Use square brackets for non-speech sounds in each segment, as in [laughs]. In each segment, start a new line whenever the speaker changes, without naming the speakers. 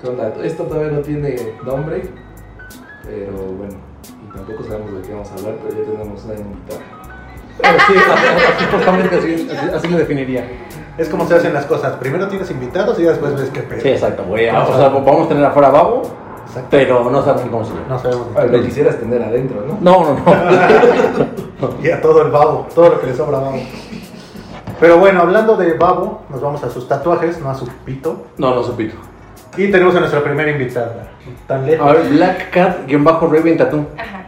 ¿Qué onda? Esto todavía no tiene nombre, pero bueno, y tampoco sabemos de qué vamos a hablar, pero ya tenemos una invitada.
Sí, [laughs] así, justamente así, así, así lo definiría.
Es como se hacen las cosas. Primero tienes invitados y después ves qué pedo.
Sí, exacto, güey. Ah, O sea, vamos a tener afuera a Babo,
Exacto.
pero no sabemos cómo se llama.
No sabemos. ni-
Lo quisieras tener adentro, ¿no?
No, no,
[laughs]
no.
Y a todo el babo, todo lo que le sobra babo. Pero bueno, hablando de babo, nos vamos a sus tatuajes, no a su pito.
No, no supito.
Y tenemos a nuestra primera invitada. Tan lejos.
A ver, Black Cat-Raven Tattoo.
Ajá.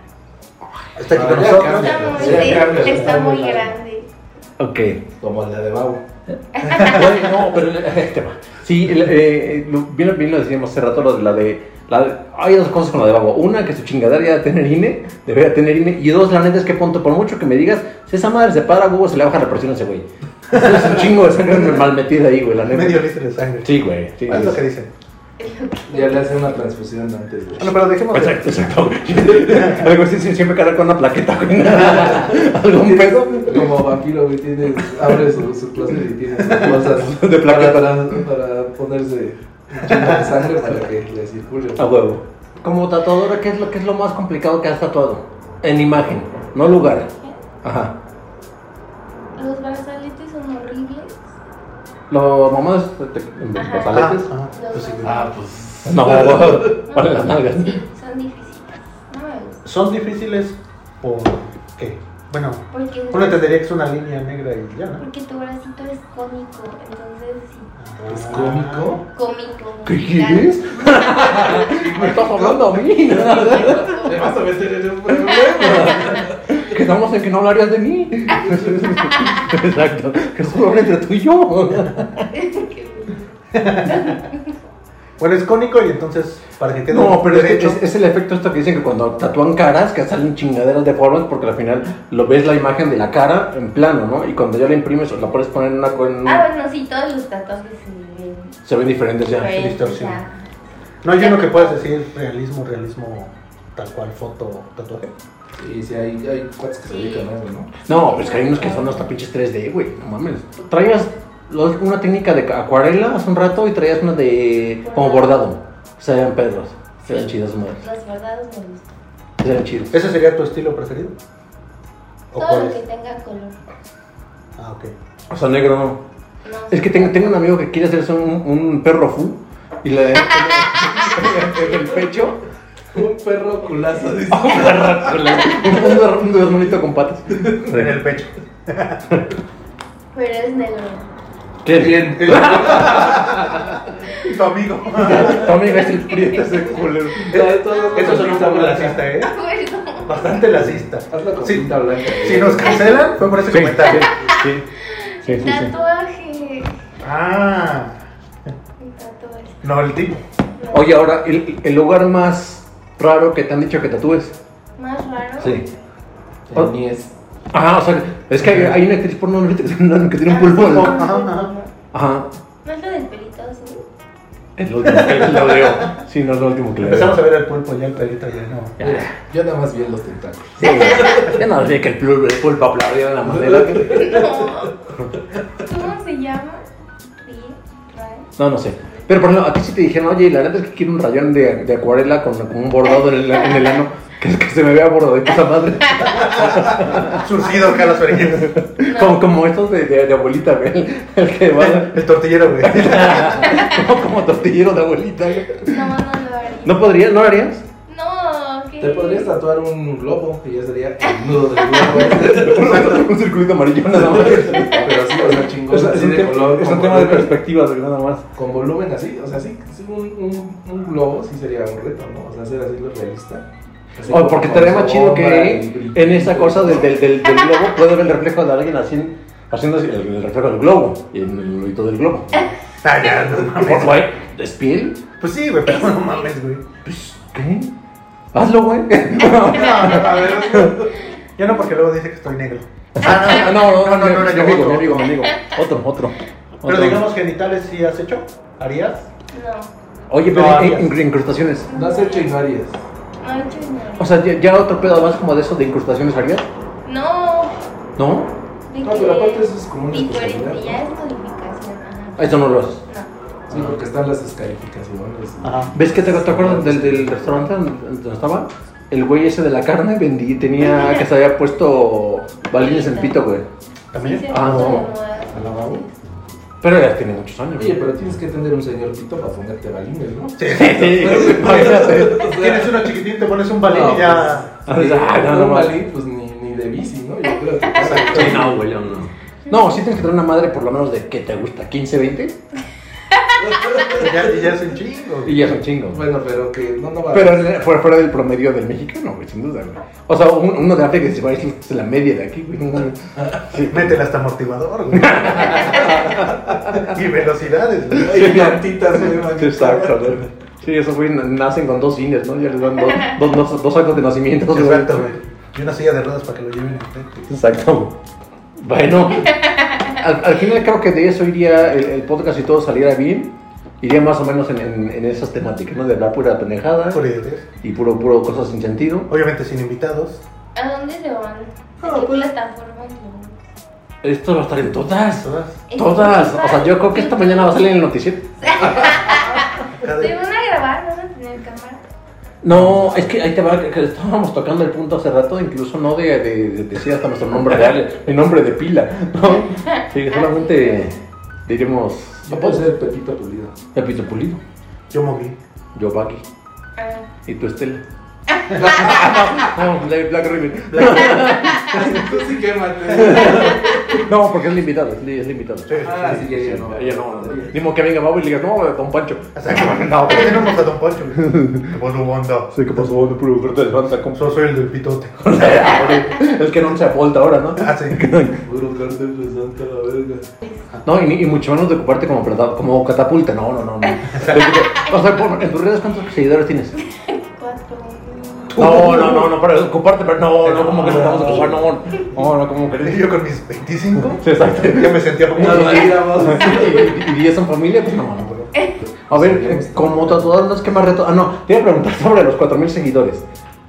Está aquí
Ah,
con
ya
nosotros.
cambia.
Está muy,
Sí, Carlos,
está
está muy
muy
largo.
grande.
Ok.
Como la de Babo.
Bueno, no, pero este va. Sí, el- eh, lo- bien, bien lo decíamos hace rato, lo de la de. la de- hay dos cosas con la de Babo. Una, que su chingadera ya tener INE, debería tener INE. Y dos, la neta es que punto, por mucho que me digas, si esa madre se para, Hugo se le baja la presión a ese güey. Eso es un chingo de sangre mal metida ahí, güey, la neta.
Medio litro de sangre.
Sí, güey. Sí,
Es lo que dicen.
Ya le hacen una transfusión antes de.
Bueno, pero dejemos de-
Exacto, exacto. Algo así, sí, siempre cargar con una plaqueta, güey. [laughs] ¿Algún pedo?
[laughs] Como vampiro, güey, tiene, abre su, su closet y tiene sus [laughs] bolsas
De
para,
placa.
para, para ponerse un chingo de sangre para que le circule.
A huevo. Como tatuadora, ¿qué es lo, qué es lo más complicado que has tatuado? En imagen, no lugar. Ajá.
Los brazaletes son horribles.
Lo mamás te- te- en
Ajá.
paletes.
Ah, ah, pues sí.
Ah, pues.
No, [laughs]
No,
para las nalgas.
Sí, son difíciles. No me gusta.
Son difíciles por qué? Bueno,
Porque,
uno entendería que es una línea negra y ya, ¿no?
porque tu bracito es cómico, entonces sí.
¿Es cómico?
Cómico.
¿Qué
mexicano. [laughs]
quieres? [laughs] Me estás hablando a mí. [laughs]
Te vas a meter en un problema.
Quedamos en que no hablarías de mí. [laughs] Exacto. Que es un problema entre tú y yo.
Bueno, es cónico y entonces para que quede
No, pero es, que
derecho.
es- es el efecto esto que dicen que cuando tatúan caras, que salen chingaderas deformes, porque al final lo ves la imagen de la cara en plano, ¿no? Y cuando ya la imprimes o la puedes poner en una... co- en-
Ah, bueno, sí, todos los tatuajes se ven.
Se ven diferentes ya.
Pues,
distorsiona.
ya.
No hay uno que puedas decir realismo, realismo, tal cual, foto, tatuaje.
Y si hay, hay cuates que se dedican a eso, ¿no?
No, pero es que hay unos que son hasta pinches 3D, güey. No mames. Traías los- una técnica de acuarela hace un rato y traías una de. como bordado. Se veían perros. Se veían
Sí.
chidos, madre.
Los bordados me gustan.
Se veían chidos.
¿Ese sería tu estilo preferido? ¿O
Todo
cuál
lo que
es?
tenga color.
Ah, ok.
O sea, negro no.
No,
Es que tengo, tengo un amigo que quiere hacerse un, un perro fu y le. en el- en el pecho.
Un perro culazo, dice.
Un perro con la- un perro- Un desmonito con patas.
En el pecho.
Pero es negro.
¿Quién?
[laughs] Tu amigo.
Tu amigo es el prieto ese culero.
[laughs] Eso sonó un poco racista, ¿eh?
Bueno,
Bastante lacista.
Hazlo con
Sí.
cinta blanca.
Si nos cancelan, fue por ese [laughs] comentario.
sí. [laughs] Sí, sí, sí.
tatuaje.
Ah,
Un tatuaje.
no el tipo.
Oye, ahora, el, el lugar más raro que te han dicho que tatúes.
Más raro.
El niés.
Ajá, Ah, o sea, es que hay, hay una actriz porno ahorita que se [laughs] llama- que tiene un
Ah, sí,
pulmón.
no,
¿no?
Ajá,
no,
ajá.
no.
Ajá.
No es lo del
[laughs]
pelito azul.
Es lo último que lo veo. Sí, no es lo último que le
Empezamos
veo.
a ver el pulpo, ya el pelito, ya no.
Ya,
Yo nada más vi los tentáculos.
sí, güey. ya no sé que el pulpo, el pulpo aplaudió de la madera.
No. ¿Cómo se llama? Sí, Ray.
No, no sé. Pero por ejemplo, a ti sí te dijeron, oye, la neta es que quiero un rayón de, de acuarela con, con un bordado en el, en el ano. Que, que se me vea bordadito esa madre.
Surcido acá las orejitas. [laughs]
No.
Como, como estos de, de, de abuelita, güey. El, el que
[laughs]
[laughs] va.
El tortillero, güey. [laughs]
Como, como tortillero de abuelita, güey.
No, no lo haría.
¿No podrías? ¿No lo harías?
No, ¿qué?
Te podrías tatuar un globo y ya sería el nudo del
[laughs]
globo. ¿eh?
un circulito amarillo nada más.
[laughs] Pero sí, o sea, chingón.
Es, es
así
un,
de
tema-
color,
es
con
un tema de
volumen.
perspectivas, güey, nada más.
Con volumen así, o sea, sí, sí, un, un, un globo sí sería un reto, ¿no? O sea, hacer así lo realista. Así
O
como
Oh, Ah, porque
con
estaría más chido
sombra y
que
brillo.
en esa cosa del, del, del, del globo puede ver el reflejo de alguien así, haciendo así, el, el reflejo del globo y en el oído del globo.
Ah, ya, no
Por
mames.
güey, ¿es piel?
Pues sí, güey, pero no mames, güey.
¿Qué? Hazlo, güey. [laughs]
A ver, [laughs] ya no porque luego dice que estoy negro.
Ah, no, no, no, no, no,
no,
mi
yo
amigo,
otro.
mi amigo, mi amigo. Otro, otro.
Pero
otro.
digamos genitales sí has hecho, harías.
No,
Oye,
No,
pero
harías.
en incrustaciones.
No has hecho y no harías.
no, yo no.
O sea, ya, ya otro pedo más como de eso de incrustaciones harías.
no,
¿No?
de
No, pero
que
aparte eso es como una
diferente,
especialidad,
ya es modificación. Ajá.
Ah, Eso no lo haces.
No,
Sí, porque están las descalificaciones. y-
Ajá.
Ah. ¿Ves que te, te acuerdas del, del restaurante donde donde estaba? El güey ese de la carne vendí, tenía que se había puesto balines en el pito, güey.
¿También?
Sí,
Ah, no.
¿Al
lavabo?
Pero ya tiene muchos años.
Oye,
güey.
pero
[laughs]
tienes que tener un señor pito para ponerte balines, ¿no?
Sí.
pues,
Sí, pues, güey, imagínate.
Tienes uno chiquitín, te pones un balín
No,
y ya.
Ah, ah, no,
no,
no,
un
no.
balín, pues ni, ni de bici, ¿no? Yo creo que
[laughs] Sí, no, güey, no, no. No, sí tienes que tener una madre por lo menos de que te gusta, 15, 20,
Y ya, y ya es un chingo.
y ya son chingos.
[laughs]
Pues,
Bueno, pero que no, no va a...
Pero el- fuera, fuera del promedio del mexicano, güey, sin duda, güey. O sea, un- uno de África que se va a ir la media de aquí, güey. no mames.
[laughs]
Sí.
Métele hasta amortiguador, güey. y velocidades, güey.
Hay plantitas, güey, man.
Exacto, güey. Sí, esos güey nacen con dos cines, ¿no? Ya les dan dos,
[laughs]
dos, dos, dos actos de nacimiento. güey.
Exacto, güey. Y una silla de ruedas para que lo lleven enfrente.
Exacto. Bueno, al, al final creo que de eso iría el, el podcast si todo saliera bien. Iría más o menos en, en- en esas temáticas, ¿no? De hablar pura pendejada
Por ideas.
y puro, puro cosas sin sentido.
Obviamente sin invitados.
¿A dónde se van?
Ah,
¿A qué
pues-
plataforma tienen?
Esto va a estar en todas.
Todas.
Todas. O sea, yo creo que esta mañana va a salir en el noticiero.
Cada-
Te van a grabar, van a tener cámara.
No, es que ahí te va, que- que estábamos tocando el punto hace rato, incluso no de, de- de decir hasta nuestro nombre real, el nombre de pila, ¿no? Sí, solamente diremos
Yo puedo ser Pepito Pulido.
[laughs] Pepito Pulido,
Yo moví.
yo Baggy
Ah,
y tú Estela. no, Black, Black Ribbon.
Ah, Tú sí quémate.
No, porque es limitado, es, li- es limitado.
Sí,
Ah,
sí.
sí, ya, ya no.
Ella no, no. Ni modo que venga Babo y le digas, no, Don Pancho.
O
[laughs]
sea, que- no, ¿por qué tenemos a Don Pancho? ¿Qué pasó, banda?
Sí, ¿qué pasó? No pude verte de banda, ¿cómo
Yo soy el del pitote.
Es que no se aporta ahora, ¿no?
Ah,
[laughs]
sí.
Puro cártel de Santa la verga.
No, y, ni- y mucho menos de ocuparte como, plata- como catapulta. No, no, no. no. o sea, por- en tus redes, ¿cuántos seguidores tienes?
Cuatro.
No, no, no, no, para ocuparte, pero no, no, como que nos vamos a ocupar, no, no, no, como
Y
que.
yo con mis 25
[laughs] Sí, exacto.
ya me sentía como
Una
un
valida, vamos.
[laughs] Y- ¿Y 10 en familia? Pues no, no, bro. A ver, eh, como tatuador, ¿qué más reto? Ah, no, te iba a preguntar sobre los 4.000 seguidores.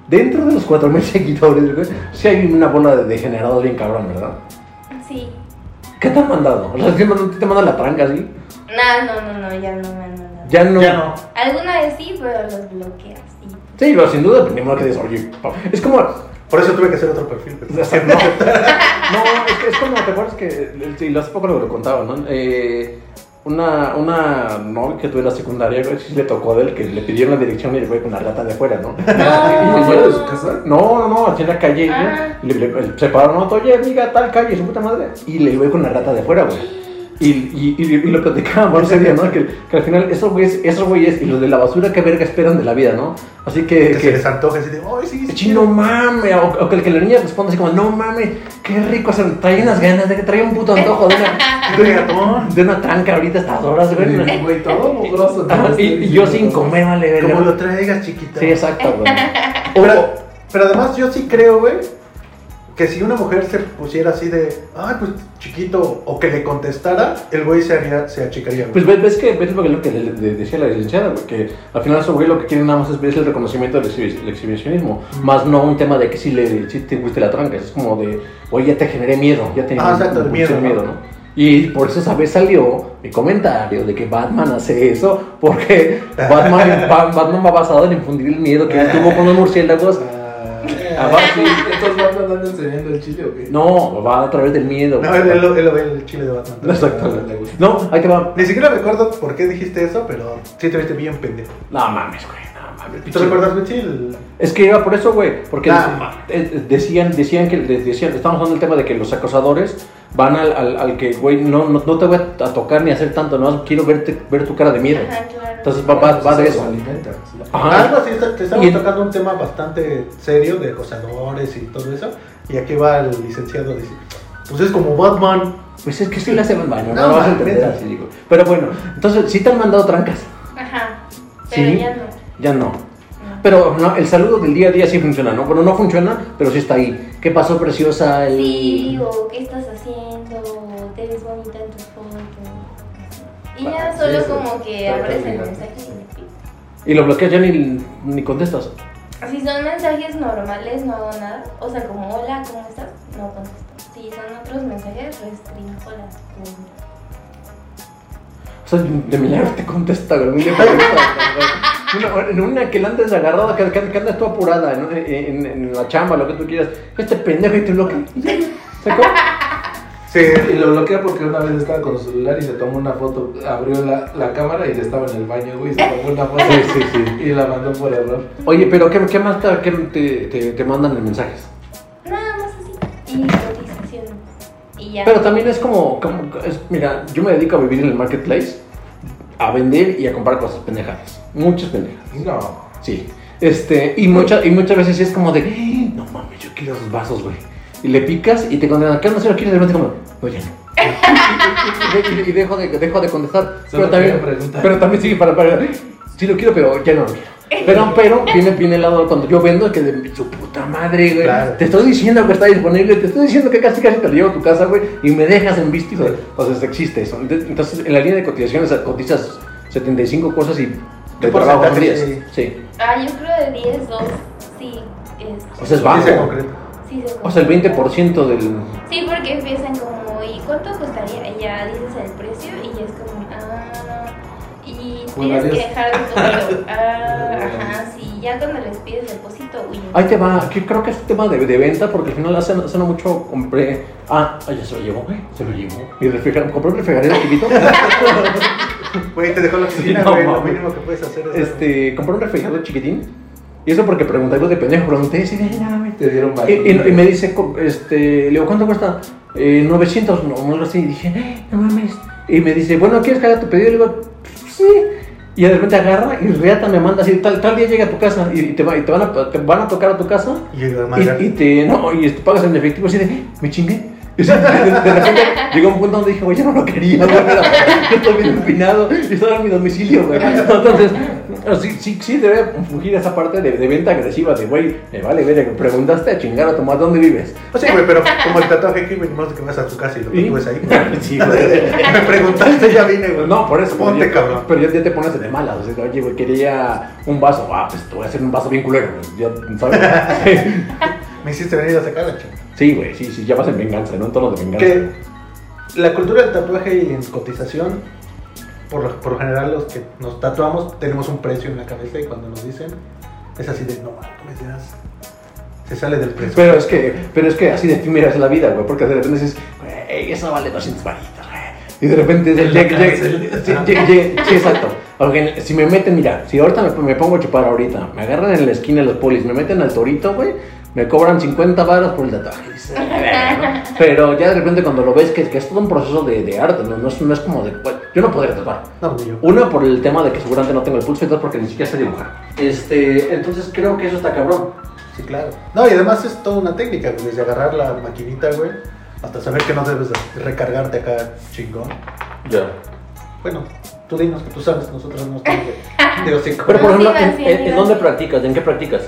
Dentro de los 4.000 seguidores, güey, sí hay una bola de degenerados bien cabrón, ¿verdad?
Sí.
¿Qué te han mandado? O sea, ¿sí te te mandan la tranca así?
No, no, no, no, ya no me han mandado.
Ya no.
Ya no.
Alguna vez sí, pero los bloqueas.
[laughs]
Sí.
Sí, pero sin duda, pues, ni modo que digas, oye, pa- es como. No,
Por eso tuve que hacer otro perfil. pues, pero- [laughs]
es, que- es como, ¿te acuerdas que sí, lo hace poco lo, lo contaba, ¿no? Eh, una, una novia que tuve en la secundaria, güey, sí le tocó de él que le pidieron la dirección y le fue con la rata de afuera, ¿no?
¿Y fuera de su
No.
casa?
No, no, no, así en la calle, güey.
Ah.
Le, le- le- se pararon, "No, oye, amiga, tal calle, su puta madre. Y le iba con la rata de afuera, güey. Y, y, y, y lo platicábamos ese día, ¿no? Que, que al final, esos güeyes, esos güeyes y los de la basura, qué verga esperan de la vida, ¿no? Así que.
Que
que-
se les antoje así de, ¡ay, sí! sí
Chino, mames, o, o que, que la niña responda así como, no mames, qué rico, se me trae unas ganas de que trae un puto antojo de
[laughs]
una,
quiero un regatón".
de una tranca ahorita a estas horas,
[laughs]
güey.
Güey, todo mugroso.
Ah, [laughs] y, y yo sin comer, vale, verga.
Como lo traigas, chiquita.
Sí, exacto, güey.
Pero, pero además yo sí creo, güey, que si una mujer se pusiera así de, ay, pues chiquito, o que le contestara, el güey se, haría, se achicaría. güey.
Pues ves, ves que ves lo que, lo que le, le decía la licenciada, güey, que al final esos güey lo que quieren nada más es ver el reconocimiento del exhibi- el exhibicionismo,
Mm.
más no un tema de que si, le, si te guste la tranca, es como de, oye, ya te generé miedo, ya te
Ah, exacto, el
impulsé
miedo, ¿no?
Y por eso esa vez salió mi comentario de que Batman hace eso,
[laughs]
porque Batman, Ba- Batman va basado en infundir el miedo que él tuvo con los murciélagos.
Ah,
Abajo, sí.
Estos van andando enseñando el chile, ¿o qué?
No, va a través del miedo.
no,
güey.
él, él lo- él lo ve el chile de Batman.
Ah,
Exacto. No, ahí te va.
Ni siquiera recuerdo por qué dijiste eso, pero sí te viste bien pendejo.
No mames, güey, no mames.
¿Tú
pinche-
recuerdas, Michi? El-
Es que iba por eso, güey, porque
Nah,
de-
ma.
eh, decían, decían que, de- decían, estamos hablando del tema de que los acosadores van al, al, al que, güey, no, no, no te voy a tocar ni hacer tanto, no quiero verte, ver tu cara de miedo.
Ajá, claro.
Entonces va, va, va de
Se
eso.
alimenta. sí.
Algo
Ajá.
así, está- te estamos
Ah, Y el-
tocando un tema bastante serio de acosadores y todo eso. Y aquí va el licenciado a decir, pues es como Batman.
Pues es que sí la se van baño, no,
No,
lo vas a
ma,
entender
neta.
así, digo. Pero bueno, entonces sí te han mandado trancas,
Ajá. Pero
¿Sí?
ya no.
ya no. Pero no, el saludo del día a día sí funciona, ¿no? Bueno, no funciona, pero sí está ahí. ¿Qué pasó, preciosa? El...
Sí, o qué estás haciendo, o te ves bonita en tus fotos. Y
Ah,
ya
sí,
solo
eso.
como que
Está
abres el
terminando.
mensaje y le picas.
Y lo bloqueas ya ni, ni contestas.
Si son mensajes normales, no hago nada. O sea, como hola, ¿cómo estás? No contesto. Si son otros mensajes, restringo las preguntas.
O sea, de milagro te contesta, güey. un día te contesta, güey. Una- en una que la andes agarrada, que, que- que andas tú apurada en, en- en la chamba, lo que tú quieras. Este pendejo y te bloquea. ¿Se acuerdan?
Sí,
Y lo bloquea porque una vez estaba con su celular y se tomó una foto, abrió la, la cámara y ya estaba en el baño, güey, y se tomó una foto
Sí, sí, sí.
y la mandó por error.
Oye, pero ¿qué, qué más te, qué te, te- te mandan en mensajes?
Nada más así. Y cotización. Y ya.
Pero también es como, como- es- mira, yo me dedico a vivir en el marketplace, a vender y a comprar cosas pendejadas. Muchas pendejadas.
No.
Sí. Este, y, mucha- y muchas veces sí es como de, "Eh, no mames, yo quiero esos vasos, güey. Y le picas y te contestan, ¿qué no sé lo quieres? Y de repente como, no, ya no. y, y- y dejo, de, dejo de contestar.
Solo
pero, también,
quería preguntar.
pero también sí, para, para, sí lo quiero, pero ya no lo quiero. Pero, pero viene, viene el lado cuando yo vendo que de su puta madre, güey.
Claro.
Te estoy diciendo que está disponible, te estoy diciendo que casi casi te lo llevo a tu casa, güey, y me dejas en visto. hijo de-". O sea, existe eso. Entonces, en la línea de cotizaciones cotizas 75 cosas y
¿Qué
de trabajo
porcentaje?
10.
Sí.
Sí.
Ah, yo creo de 10, 2. Sí. es-
O sea, es
sí se
bajo.
concreta.
sí se
O sea, el
compra.
20% del.
Sí, porque empiezan como, ¿y cuánto costaría? Y ya dices el precio y ya es como, ah, y
Bueno,
tienes que
adiós.
dejar
[laughs]
de comer. Ah, ajá, sí, ya cuando les pides depósito, uy. no.
Ahí te va, que creo que es tema de, de venta, porque al final hace, hace no mucho compré. Ah, ay, ya se lo llevó, güey, se lo llevó. Y el refrigerador, compré un refrigerador
[laughs]
chiquito.
Güey, te dejó la oficina,
Sí, no,
güey. lo
mames.
mínimo que puedes hacer es.
este, compré un refrigerador chiquitín. Y eso porque pregunté algo de pendejo, pregunté, y,
Te dieron
y,
varios.
y- y me dice, co- este, le digo, ¿cuánto cuesta? Eh, 900, no, no, algo así. Y dije, "Eh, no mames. Y me dice, bueno, ¿quieres que haga tu pedido? Y le digo, sí. Y de repente agarra y reata me manda así, tal, tal día llega a tu casa y, y te, va- y te van a, te van a tocar a tu casa
Y el
Y, y te, no, y te pagas en efectivo así de, "Eh, me chingué. Y así, de, de repente llegó un punto donde dije, güey, ya no lo quería, güey, yo estoy bien empinado, yo estaba en mi domicilio, güey. Entonces, no, sí, sí, sí debe fugir esa parte de, de venta agresiva, de, güey, me vale, ver, preguntaste a chingar a tomar dónde vives.
O sea, güey, pero como el tatuaje aquí, venimos de que vas a tu casa y lo
Y-
tatúes ahí. [laughs]
[laughs]
güey.
Sí, güey.
Me preguntaste, ya vine, güey.
No, por eso.
Ponte,
pero ya-
cabrón.
Pero ya, ya te pones de malas. O sea, oye, güey, quería un vaso. Ah, pues te voy a hacer un vaso bien culero, güey. Ya,
[laughs]
¿sabes?
Me hiciste venir a sacar la chingada.
sí, güey, sí, sí, ya vas en venganza, ¿no? En tono de venganza.
Que la cultura del tatuaje y en cotización, por lo, por lo general, los que nos tatuamos tenemos un precio en la cabeza y cuando nos dicen, es así de no mames, ya es- se sale del precio.
Pero es que, pero es que así de efímera es la vida, güey, porque de repente dices, güey, eso vale 200 varitas, güey. Y de repente
En la
llega, llega,
cárcel.
sí, llega- llega- sí, exacto. Porque si me meten, mira, si ahorita me, me pongo a chupar ahorita, me agarran en la esquina los polis, me meten al torito, güey, me cobran 50 varas por el tatuaje. [laughs] Dices, "Verga", ¿no? Pero ya de repente cuando lo ves, que, que es todo un proceso de, de arte, ¿no? No es, no es como de, "Güey, yo no podría tatuar.
No, ni yo.
Una por el tema de que seguramente no tengo el pulso y dos porque ni siquiera sé dibujar. Este, entonces creo que eso está cabrón.
Sí, claro. No, y además es toda una técnica, güey, desde agarrar la maquinita, güey, hasta saber que no debes de recargarte acá chingón.
Ya.
Bueno, tú dinos que tú sabes, nosotros no estamos de, de hocico.
Pero por
No, sí,
ejemplo,
va,
¿en,
sí,
en-
sí,
en
va.
dónde practicas? ¿En qué practicas?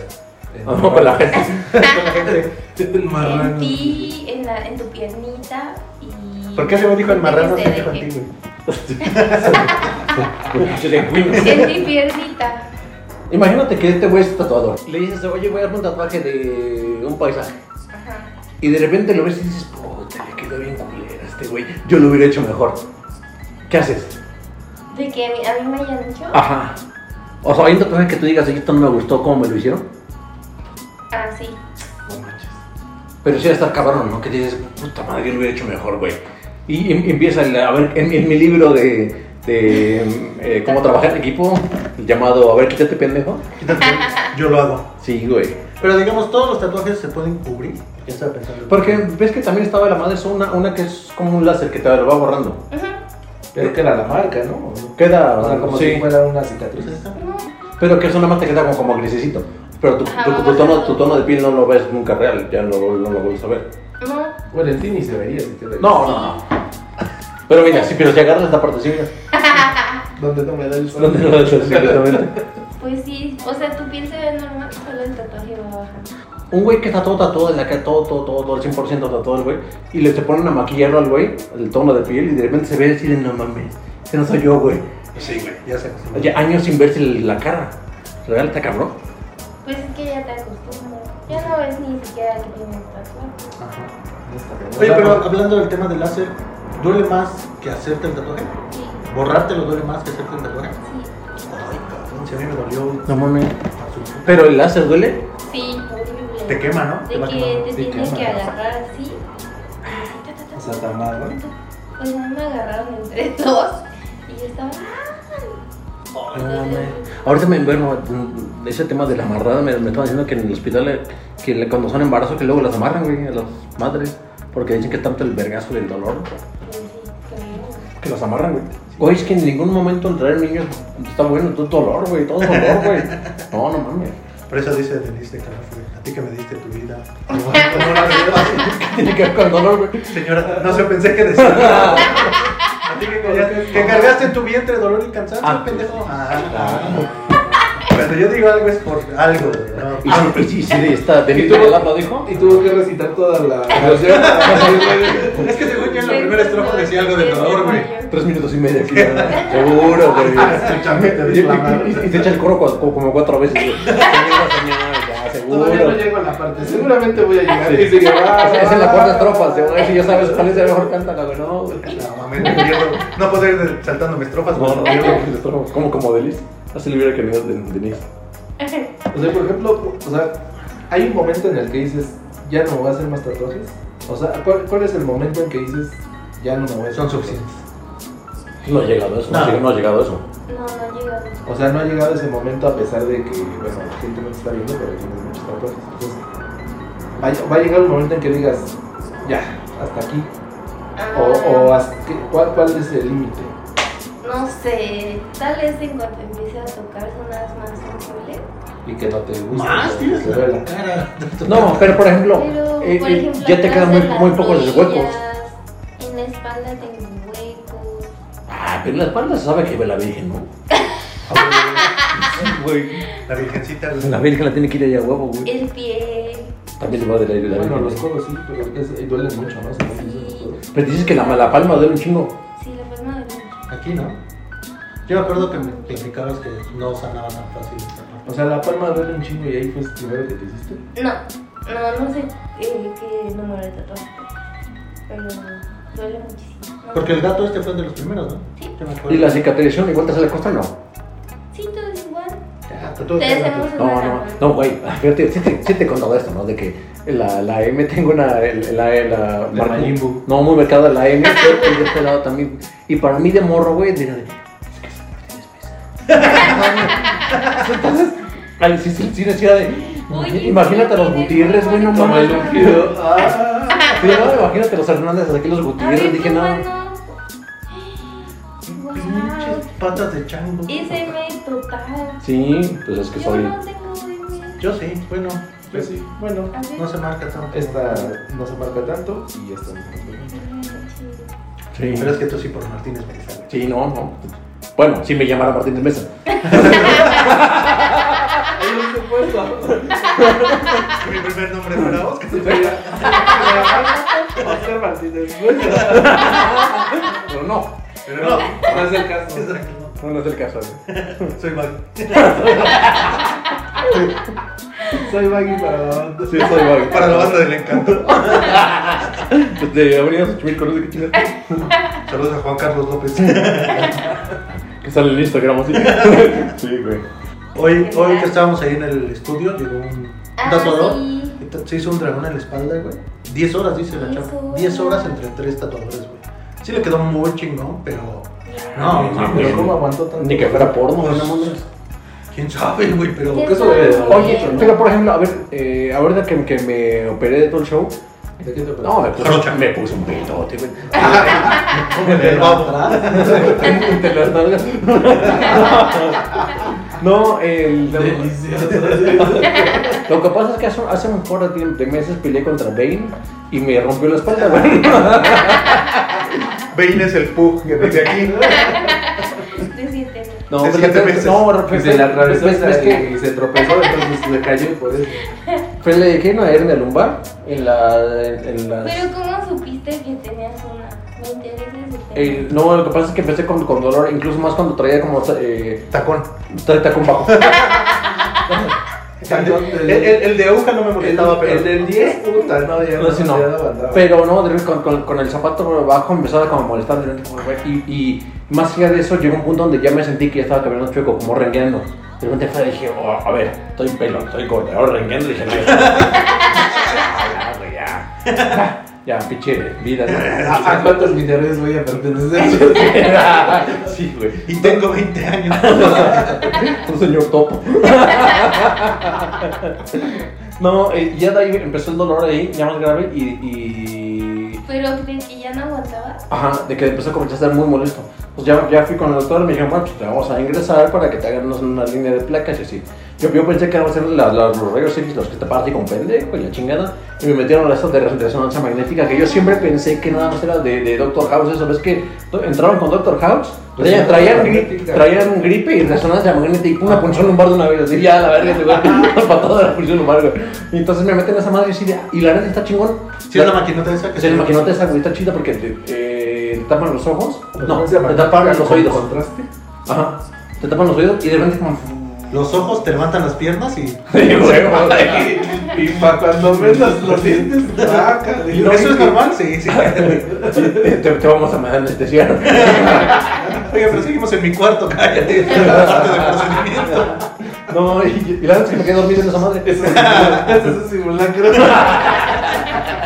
En-
No, con la [laughs] gente.
Con la gente.
[laughs] El marrano.
En ti, en, la, en tu piernita y...
¿Por qué ese güey dijo el marrano?
Que
Se
te
dijo en
deje.
ti, güey.
[laughs] En mi piernita.
Imagínate que este güey es tatuador. Le dices, oye, voy a darme un tatuaje de un paisaje.
Ajá.
Y de repente lo ves y dices, puta, le quedó bien culera a este güey. Yo lo hubiera hecho mejor. ¿Qué haces?
De que a mí, a mí me hayan hecho. Ah,
Ajá. O sea, hay un tatuaje que tú digas, oye, esto no me gustó, ¿cómo me lo hicieron?
ah, sí.
No manches.
Pero sí, hasta cabrón, ¿no? Que dices, puta madre, yo lo hubiera hecho mejor, güey. Y, em- empieza, el- a ver, en, en mi libro de, de, em, eh, cómo trabajar en equipo, llamado, a ver, quítate pendejo.
Yo lo hago.
Sí, güey.
Pero digamos, todos los tatuajes se pueden cubrir. Ya estaba pensando.
Porque ves que también estaba la madre, es una, una que es como un láser que te lo va borrando.
Ajá.
Pero que era la marca, ¿no?
Queda,
O sea, como
sí,
si fuera una cicatriz.
Pues está.
No,
pero que eso nada más te queda como, como grisecito. Pero tu,
Ajá,
tu-
va
tu tono,
bajando.
tu tono de piel no lo ves nunca real, ya no, lo- no lo vuelves a ver.
no.
Bueno, en ti ni se veía si te lo
No, no, no. Pero mira, sí, pero si agarras esta parte, sí, mira.
[laughs]
¿Dónde no me da el
No
sol?
te lo ves
[laughs]
así, exactamente.
Pues sí, o sea, tu piel se ve normal, solo el tatuaje va bajando.
Un güey que está todo tatuado en la cara, todo, todo, todo, todo, al 100% tatuado el güey, y le te ponen a maquillarlo al güey, el tono de piel, y de repente se ve así de no mames, ese no soy yo, güey.
Sí, güey, ya se acostumbró.
Oye, años sin verse la cara. Real, está cabrón.
Pues es que ya te acostumbras. Ya no ves ni siquiera que tiene tatuaje.
Ajá.
No está
Oye,
bien.
pero hablando del tema del láser, ¿duele más que hacerte el tatuaje?
Sí.
Borrártelo duele más que hacerte el tatuaje.
Sí.
Ay, cabrón, si a mí me dolió.
No mames. Pero el láser duele.
Sí, horrible.
Te quema, ¿no? Te
De
va
que
quemando.
te
Sí,
tienen
quema.
que agarrar así. y así, ta, ta, ta,
O sea, tan mal, ¿no?
ta. Pues no me agarraron entre [laughs] dos. Y yo estaba. "Ah".
Ay,
No mames.
Ahorita me enfermo mm, ese tema de la amarrada. Me, me estaban diciendo que en el hospital, eh, que le- cuando son embarazos, que luego las amarran, güey, a las madres. Porque dicen que tanto el vergazo del dolor.
Pues sí, pero
Que las amarran, güey. Güey, es que en ningún momento el traer niños está bueno. Todo es dolor, güey. Todo es dolor, güey. No, no mames. [laughs]
Por eso dice Denise de Calafre, a ti que me diste tu [laughs] vida. No la veo.
Tiene que ver con el dolor, güey.
Señora, no se pensé que [laughs] decía. A ti que, callaste- que cargaste en tu vientre dolor y cansancio,
Ah,
pendejo.
claro.
Cuando yo digo algo es por algo, güey, ¿no? [laughs]
Y sí, y Ah, Ah, sí, sí, está.
¿Y
Benito
tú?
Galán lo dijo. [laughs]
Y tuvo que recitar toda la canción. para salir, güey.
Es que según yo en la
bueno.
primera estrofa decía algo de
Pues Sí,
dolor, güey.
sí,
Tres minutos y medio aquí. ¿verdad? [laughs] Seguro,
Escúchame, te
güey.
reclamaron.
Y, y- y se echa el coro como, como cuatro veces. [laughs] güey. Ya, seguro.
Todavía no
Esa
llego a la parte. Seguramente voy a llegar. Y sigue, [laughs] va,
esa es la
va,
cuarta
va,
estrofa,
va.
seguro. Si ya sabes cuál es la mejor cántala, güey. No, güey.
No mames, me pierdo. No puedo ir saltando mis trofas,
No, no,
me pierdo.
no. Como como Delis. Así le hubiera querido de Denise.
O sea, por ejemplo, o sea, hay un momento en el que dices, ya no me voy a hacer más tatuajes. O sea, ¿cuál, cuál es el momento en que dices, ya no me voy a hacer
Son
más
suficientes.
No ha llegado a eso.
No.
No, ha llegado a eso.
No, no llegamos.
tatuajes? O sea, no ha llegado ese momento a pesar de que, bueno, la gente no te está viendo, pero tienes muchos tatuajes. Entonces, va, va a llegar un momento en que digas, ya, hasta aquí. O, o hasta- ¿qué- cuál, cuál es el límite?
No sé, tal vez en cuanto empiece a tocar zonas más sensibles.
Y que no te gusta.
Más,
que
tienes
te
la
duela.
cara.
No, pero por ejemplo,
Pero,
eh,
por
eh,
ejemplo,
ya te
atrás
quedan
de
muy,
las
muy pocos huecos.
rodillas, En la espalda tengo huecos.
Ah, pero en la espalda se sabe que ve la Virgen, ¿no? Güey.
La virgencita.
La Virgen la tiene que ir allá a huevo, güey.
El pie.
También le va del aire la
Bueno,
Virgen. ¿eh?
los codos sí, pero es- duelen mucho, ¿no? Se me dicen los codos.
Pero dices que la, la palma duele un chingo.
Sí, la palma de la
Aquí, ¿no? Yo me acuerdo que me platicabas que no sanaba tan fácil. esa parte.
O sea, la palma duele un chingo y ahí fue el primero que te hiciste.
No, no, no sé eh, qué número de tatuaje. Pero duele muchísimo. No.
Porque el gato este fue de los primeros, ¿no?
Sí.
Yo me acuerdo.
Y la cicatrización igual te sale costa, no.
Sí, todo es igual.
Ya, tatuaje,
Ustedes
gato.
tenemos
No,
una
no,
rama.
no, güey. [laughs] Fíjate, sí te, sí te he contado esto, ¿no? De que la, la M tengo una. el- La, la,
De Majin Buu.
No, muy mercada la M. [laughs] pero que de este lado también. Y para mí de morro, güey, diría de. Es que esa parte es
[laughs]
pesada". Entonces, al sí, sí, sí, decía de.
Oye,
imagínate a los
sí,
Gutiérrez, güey, no
Toma
mames. Sí,
el ungido.
"Ah,
[laughs] no, imagínate a los Hernández, aquí los
Ay,
Gutiérrez. Dije,
qué
no.
bueno. Guau.
Pinches patas de chango.
SM total.
Sí, pues es que
Yo
soy.
no tengo M.
Yo sí, bueno.
Pues sí, bueno.
A ver,
No se marca tanto.
Esta no se marca tanto y esta no se marca tanto.
sí, chido.
Sí.
Pero es que tú sí por Martínez me sale.
Sí, no, no. Bueno, si me llamara Martínez Mesa.
Mi primer nombre para Oscar.
Oscar Martínez. No
Pero no.
Pero [laughs] no.
es el caso.
Exacto.
No, no es el caso. güey.
Soy mal.
Soy Baggy para la banda.
Sí, soy vago.
Para la banda del encanto.
De Avenida Xochimilco, no sé qué chingas.
Saludos a Juan Carlos López. [laughs]
Que sale en Instagram así. [laughs] Sí, güey.
Hoy, hoy que estábamos ahí en el estudio, llegó un
Ah,
tatuador.
sí.
y ta- Se hizo un dragón en la espalda, güey. 10 horas, dice la
Diez
chava.
horas.
10 horas entre tres tatuadores, güey. Sí le quedó muy chingón, pero. No,
No,
mames.
Pero ¿cómo aguantó tanto?
Ni que fuera porno, güey. no
Pues,
mames.
¿Quién sabe, güey? Pero.
Diez
que eso debe de-
horas.
Oye, pero por ejemplo, a ver, eh, ahorita que, que me operé de todo el show,
¿De qué te parece?
no, me puse,
Jarocha.
me puse un pelote, güey. [laughs]
Entre el babo.
Entre las nalgas. [laughs] No,
[laughs]
el.
Delicioso.
Lo que pasa es que hace, hace un par de, tiemp- de meses peleé contra Bane y me rompió la espalda, güey.
Bane es el pug que desde [laughs] aquí.
De siete años.
No,
De
pero-
siete
pero-
meses.
no, pero-
Pues Que
pero-
se le atravesó
ves- ves
esa
Pues, que
y se tropezó, entonces le cayó y por eso.
fue le que no era en la lumbar, en la, en las-
Pero ¿cómo supiste que tenías una? Me interesa ese tema.
el- no, lo que pasa es que empecé con, con dolor, incluso más cuando traía como eh,
Tacón.
trae tacón bajo.
El, el- el de aguja no me molestaba, pero.
El del 10,
[laughs]
puta, no, ya
No, [laughs] sí, no.
ya aguantaba.
Pero no, de repente con, con- con el zapato por abajo empezaba como a molestar. de repente, como, güey, Y, y más allá de eso, llegó un punto donde ya me sentí que ya estaba caminando chueco, como rengueando. De repente fue, dije, oh, a ver, estoy pelo, estoy gordo, ahora rengueando. Dije, no, ya, [laughs] ya, güey, ya, [laughs] ya, ya, pinche vida.
¿A a cuántos millones voy a pertenecer?
¿no? [laughs] sí, güey.
Y tengo 20 años.
Un señor topo. no, eh, ya de ahí empezó el dolor ahí, ya más grave y- y
Pero de que ya no aguantaba.
Ajá, de que empezó a comenzar a estar muy molesto. Pues ya, ya fui con el doctor y me dijeron, bueno, pues te vamos a ingresar para que te hagan unas- una, línea de placas y así. Yo, yo pensé que iban a ser las- las- los rayos X los que te paran con pendejo y la chingada. Y me metieron a estas de resonancia magnética que yo siempre pensé que nada más era de, de Doctor House. Eso ves que to- entraron con Doctor House, traían, traían, gri- traían gripe y resonancia magnética, una punción lumbar de una vez. Así, ya, la verga, te voy a [laughs] dar patada de la punción lumbar, güey. Y entonces me meten a esa madre y así, de, "Ah, y la neta está chingón.
Si es la maquinota esa que
Es el maquinote esa güey, está chida porque te, eh, te tapan los ojos. [laughs] No,
Resonancia
te tapan
magnética
los
con
oídos.
contraste.
Ajá. Te tapan los oídos y de repente como.
Los ojos te levantan las piernas y.
[laughs]
Y para cuando menos lo sientes, vaca.
¿Eso es normal? Sí, [laughs] sí.
te, te vamos a mandar anestesiar.
Oiga, pero seguimos en mi cuarto, [laughs] cállate. La parte de procedimiento.
[laughs] No, y, y la verdad es que me quedé dormido en esa madre.
[laughs] Eso es un simulacro.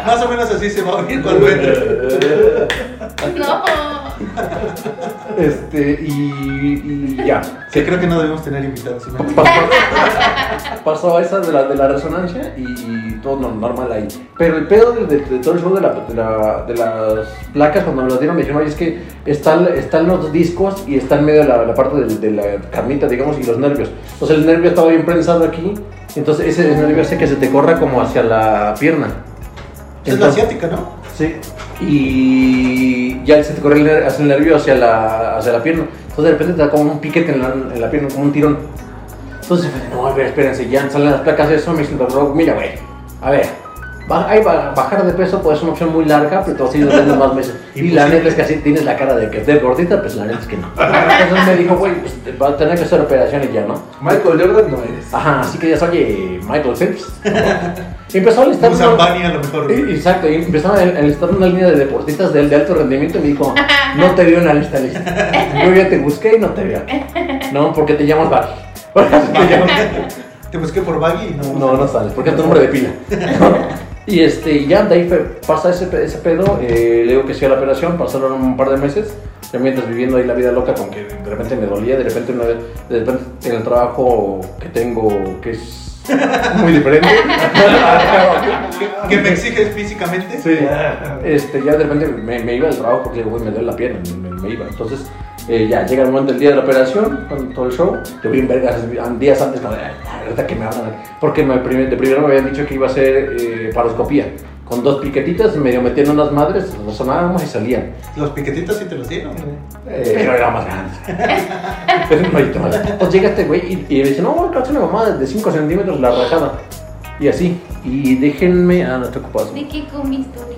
Más o menos así se va a oír cuando entres.
No.
Este, y, y ya.
Que creo que no debemos tener invitados. ¿no?
Pa- pa- Pasó esa de la, de la resonancia y, y todo no- normal ahí. Pero el pedo de, de- de todo el show de, la, de, la- de las placas, cuando me las dieron, me dijeron, oye, es que están, están los discos y está en medio de la, la parte del- de, la carnita, digamos, y los nervios. Entonces el nervio estaba bien prensado aquí, entonces ese nervio hace que se te corra como hacia la pierna.
Es la
Entonces-
asiática, ¿no?
Sí. Y ya se te corre el, ner- hacia el nervio hacia la, hacia la pierna. Entonces de repente te da como un piquete en la, en la pierna, como un tirón. Entonces, no, a ver, espérense, ya salen las placas de eso, me dice el doctor, mira, güey, a ver, ba- ahí va- bajar de peso puede ser una opción muy larga, pero te vas a ir durmiendo más meses. Y la neta es que así tienes la cara de que estés gordita, pues la neta es que no. Entonces me dijo, güey, pues, te va a tener que hacer operaciones ya, ¿no?
Michael Jordan no eres.
Ajá, así que ya soy eh, Michael Phelps. Y empezó a listar...
Un
unos-
Zambani a lo mejor.
eh, Exacto, y empezaron a a listar una línea de deportistas de, de alto rendimiento y me dijo, no te veo en la lista, lista. Yo ya te busqué y no te veo. aquí. No, porque te llamas [laughs] Barry. Porque te llamas-
Te busqué por Baggy y no.
No, no sales, porque es tu nombre de pila. Y este, y ya de ahí fue- pasa ese, pe- ese pedo, eh, le digo que sí a la operación, pasaron un par de meses, ya mientras viviendo ahí la vida loca con que de repente me dolía, de repente, una vez- de repente en el trabajo que tengo, que es muy diferente. [laughs]
Que me exiges físicamente.
Sí. [laughs] Este, ya de repente me, me iba del trabajo porque digo, "Güey, me duele la pierna, me, me iba. Entonces, eh, ya llega el momento del día de la operación, con todo el show. Yo vi en vergas an- días antes, como, de, "Ay, la verdad que me van a dar". Porque me, prim- de primero me habían dicho que iba a hacer eh, paroscopía. Con dos piquetitas, medio metían unas madres, resonábamos y salían.
Los piquetitos sí te los dieron, güey.
Eh.
Pero era más grande. [laughs] Pero un rayito más. Pues llega este güey y, y me dice, no, cacho una mamada de 5 centímetros la rajada. Y así. Y déjenme. Ah, no estoy ocupado.
¿De qué comiste? Uri?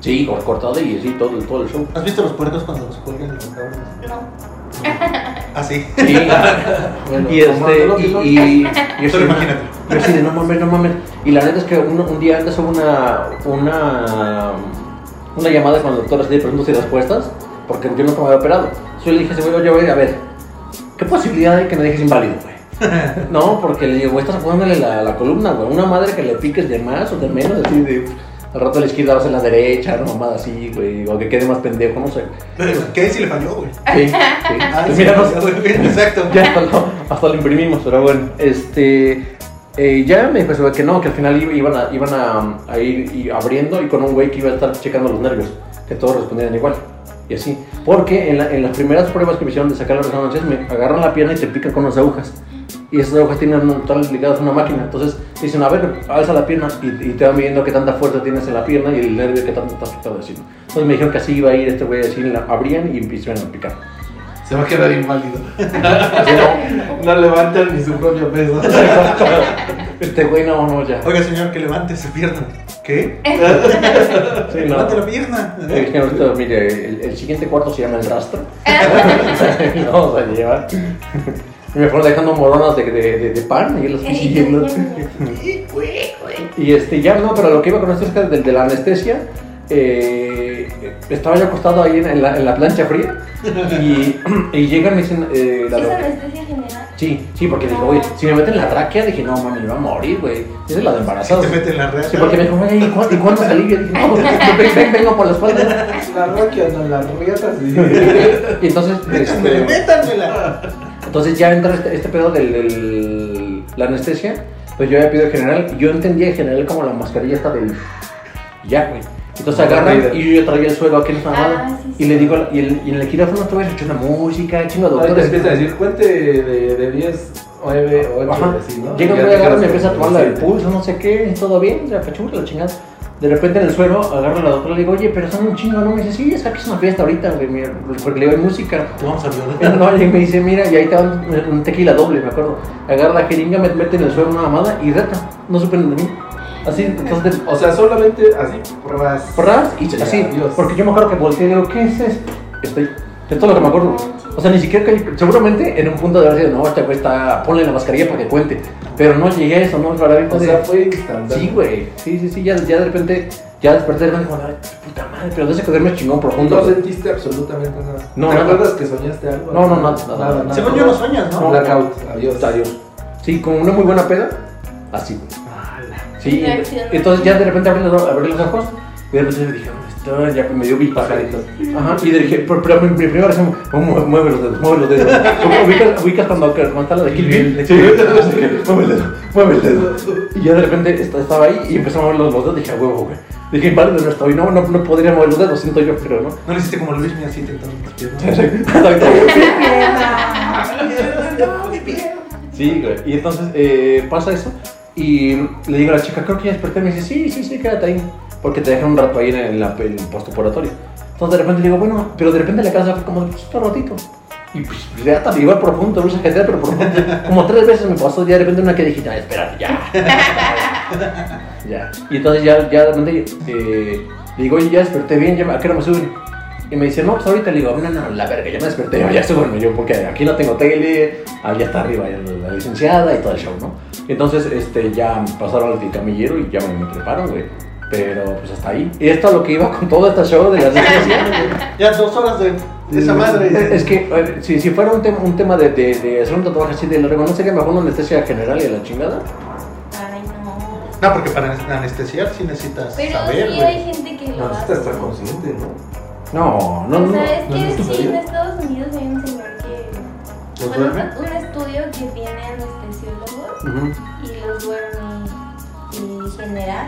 Sí, cor- cortado y así todo, todo el show.
¿Has visto los puercos cuando los cuelgan y los Ah, cabrones?
No.
Así.
[laughs] Sí. y este, y, y, y
Solo imagínate.
Yo así de no mames, no mames. Y la neta es que un, un día antes hubo una, una, una llamada con el doctor así de preguntas y respuestas, porque yo nunca me había operado. Entonces yo le dije, a ese güey, oye, güey, a ver, ¿qué posibilidad hay que me dejes inválido, güey?
[laughs]
No, porque le digo, güey, estás jugándole la, la columna, güey. Una madre que le piques de más o de menos, así de. Al rato a la izquierda vas a la derecha, una mamada así, güey, o que quede más pendejo, no sé.
¿Qué si le falló, güey?
Sí,
[laughs]
sí. Pues
Ah, sí,
mira, no-
güey, Exacto.
ya hasta lo, hasta lo imprimimos, pero bueno. Este, eh, ya me dijo ese güey que no, que al final iba- iban a, iban a, a ir y abriendo y con un güey que iba a estar checando los nervios, que todos respondían igual. Y así. Porque en, la- en las primeras pruebas que me hicieron de sacar las resonancias, me agarran la pierna y te pican con unas agujas. Y esas agujas tienen un- están ligadas a una máquina. Entonces dicen, a ver, alza la pierna y, y te van viendo qué tanta fuerza tienes en la pierna y el nervio que tanto estás picado. Así. Entonces me dijeron que así iba a ir este güey, así la abrían y empiezan a picar.
Se va a quedar
[laughs]
inválido.
Así, no,
No levantan ni su propio peso.
[laughs] Este güey no, no, ya.
Oiga, señor, que levante su pierna. ¿Qué?
[laughs]
Sí, no.
Levante la pierna.
Es que ahorita,
[laughs]
[laughs] mire, el, el siguiente cuarto se llama el rastro. Lo vamos a llevar. Y me fueron dejando moronas de, de, de, de pan y yo las fui siguiendo. Y este, ya no, pero lo que iba con esto es que de, de la anestesia, eh, estaba yo acostado ahí en, en la, en la plancha fría y, y llegan y me dicen, eh, la
¿Es
doc-
anestesia general?
Sí, sí, porque dije, güey, si me meten la tráquea, dije, no, mami, me va a morir, güey. Esa es la de embarazados.
Te meten la red.
Sí, porque me dijo, güey, ¿y cuándo, ¿y cuándo salí? Yo dije, no, yo ven- ven- vengo por la espalda.
La raquia, no, las riatas. sí.
Y entonces, este,
Métanmela.
Entonces ya entra este, este pedo del, del- la anestesia, pues yo ya pido el general, yo entendía el general como la mascarilla esta de ya, güey. Entonces agarran y yo ya traía el suelo aquí en esta mamada.
Ah, sí, sí.
Y le digo, al- y, el- y en el quirófano todavía se escucha una música, chingo de
Ahorita
doctores.
empieza a decir, cuente de, de 10, 9, 8,
Ajá.
así, ¿no?
Llega un
Ya
güey, agarra y
te
me empieza a
quedas
tomar la del
siete.
pulso, no sé qué, todo bien, la pachurra, la chingada. De repente en el suelo agarra a la doctora y le digo, oye, pero son un chingo, ¿no? Me dice, sí, es que aquí es una fiesta ahorita, güey, mira, porque le digo, hay música. [laughs]
Te vamos a violar.
No, y me dice, mira, y ahí te dan un tequila doble, me acuerdo. Agarra la jeringa, me mete en el suelo una mamada y reta. No supieron de mí. Así, entonces,
O sea, solamente así, pruebas.
ras y así.
Dios.
Porque yo me acuerdo que volteé y le digo, ¿qué es esto? Estoy, de todo lo que me acuerdo. O sea, ni siquiera que seguramente en un punto de haber sido, no, esta güey está, ponle la mascarilla para que cuente. Pero no llegué a eso, no, para mí fue
O
de-
sea, fue instantáneo.
Sí, güey. Sí, sí, sí, ya, ya de repente, ya desperté de digo, "Ay, puta madre, pero de ese coderme chingón profundo.
No
güey.
sentiste absolutamente nada.
No,
¿Te
nada.
acuerdas que soñaste algo?
No, no, nada, nada.
Según yo no sueñas, ¿no?
Blackout, adiós.
Adiós. Sí, con una muy buena peda, así. Sí,
Una acción.
entonces ya de repente abrí los, abrí los ojos y de repente dije, ¿dónde estoy? Ya que me dio mi pajarito. Ajá, y dije, pero, pero mi, mi primera reacción, fue, oh, mue- mueve los dedos, mueve los dedos. Como ubicas, ubicas cuando que- cuando está la de Kill Bill. Sí, mueve el dedo, mueve el dedo. Y yo de repente est- estaba ahí y empecé a mover los, los dedos, dije, "A huevo, güey. Dije, vale, no estoy, no, no, no podría mover los dedos, siento yo, pero [laughs] no.
No le hiciste como Luis, ni así tentando tus piernas.
Ah,
Sí, güey. Y entonces eh, pasa eso. Y le digo a la chica, creo que ya desperté. Me dice, sí, sí, sí, quédate ahí. Porque te dejan un rato ahí en, el- en la, en el postoperatorio. Entonces de repente le digo, bueno, pero de repente la casa fue como, pues, otro ratito. Y pues, ya hasta igual profundo, usa GTA, pero profundo. Como tres veces me pasó, ya de repente una que dije, no, espérate, ya. ya. Y entonces ya, ya de repente eh, le digo, oye, ya desperté bien, ya, me- ¿a qué hora me suben? Y me dice, no, pues ahorita le digo, no, no, la verga, ya me desperté, ya súbeme yo, porque aquí no tengo tele, allá está arriba ya la, la licenciada y todo el show, ¿no? Entonces, este, ya pasaron al camillero y ya me, me treparon, güey. Pero pues hasta ahí. Y esto es lo que iba con todo este show de las licencias.
Ya dos horas de, de esa madre.
Es que eh, si, si fuera un tema, un tema de, de, de hacer un tatuaje así de largo, ¿no sería mejor una anestesia general y a la chingada?
Ay, no.
No, porque para anestesiar sí necesitas
Pero
saber,
sí
güey.
hay gente que lo
No,
hace.
necesitas estar consciente, ¿no?
No, no,
o
no.
sea, Pues es
no, no,
que
no,
sí, en
no.
Estados Unidos hay un señor que.
¿Los
Bueno,
duerme?
un estudio que tiene anestesiólogos
Ujú.
y los duerme en general,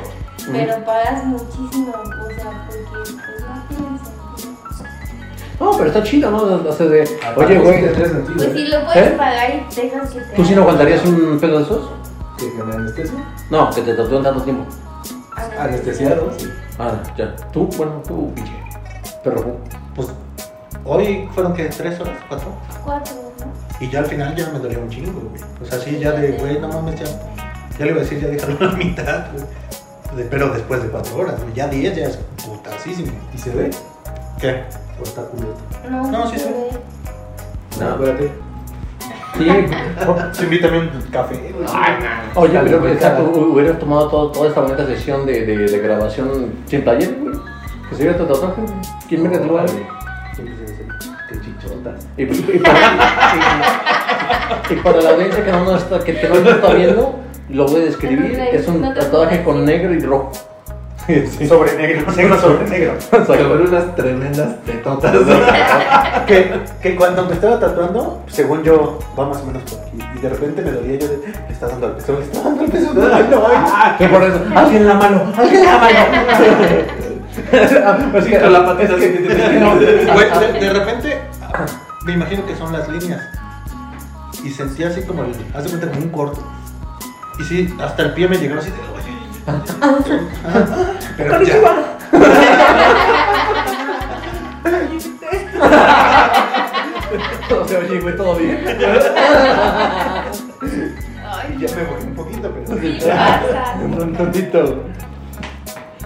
pero pagas muchísimo, o sea, porque pues no tienen sentido.
No, pero está chido, ¿no? O sea, de,
Aparte,
oye,
sí
güey,
tendría sentido,
Pues
¿eh?
si lo puedes
¿Eh?
pagar y dejas que te.
¿tú sí no
hagan.
aguantarías un pedo de esos?
¿eh? Que con anestesia.
No, que te tatúen tanto tiempo.
Anestesiado, sí.
Ah, ya. Tú, bueno, tú, pinche. Perro.
Pues hoy fueron que tres horas, cuatro.
Cuatro, ¿no?
Y ya al final ya me dolía un chingo, güey. O sea, sí, ya de, güey, no mames, ya. Ya le iba [laughs] a decir, ya dejaron la mitad, güey. De- pero después de cuatro horas, güey. Ya diez ya es putasísimo.
¿Y se ve?
¿Qué?
¿O está cubierto?
No,
No, sí se
ve.
No.
espérate.
Sí.
Se invítame un café, güey.
Oye, pero
Está
exacto,
bien,
hu- hubieras tomado todo- toda esta bonita sesión de, de, de grabación sin taller, güey. Que se viera tu tatuaje, güey. ¿Quién me te lo hace?
Qué chichota.
Y, y- y para, y- y para la audiencia que no nos está, que, que no nos está viendo, lo voy a describir. Es un
No te-
tatuaje con negro y rojo.
Sobre negro, negro sobre
[laughs]
negro.
Se ven
Exacto.
unas tremendas tetotas. [laughs]
que, que cuando me estaba tatuando, según yo, va más o menos por aquí. Y de repente me dolía yo de, le está dando al peso, le está dando al peso. No,
[laughs]
no, ay.
Que por eso, alguien la mano, [laughs] alguien
[laughs]
la mano. Así que-
Con la patita
es que- [laughs]
así que te-
no,
Güey, de, de repente, me imagino que son las líneas. Y sentía así como, el, hace cuenta como un corto. Y sí, hasta el pie me llegó así de, oye. Pero ya.
todo se oye, güey, todo bien.
Ay,
Ya me voy un poquito, pero.
sí pasa.
Un tantito.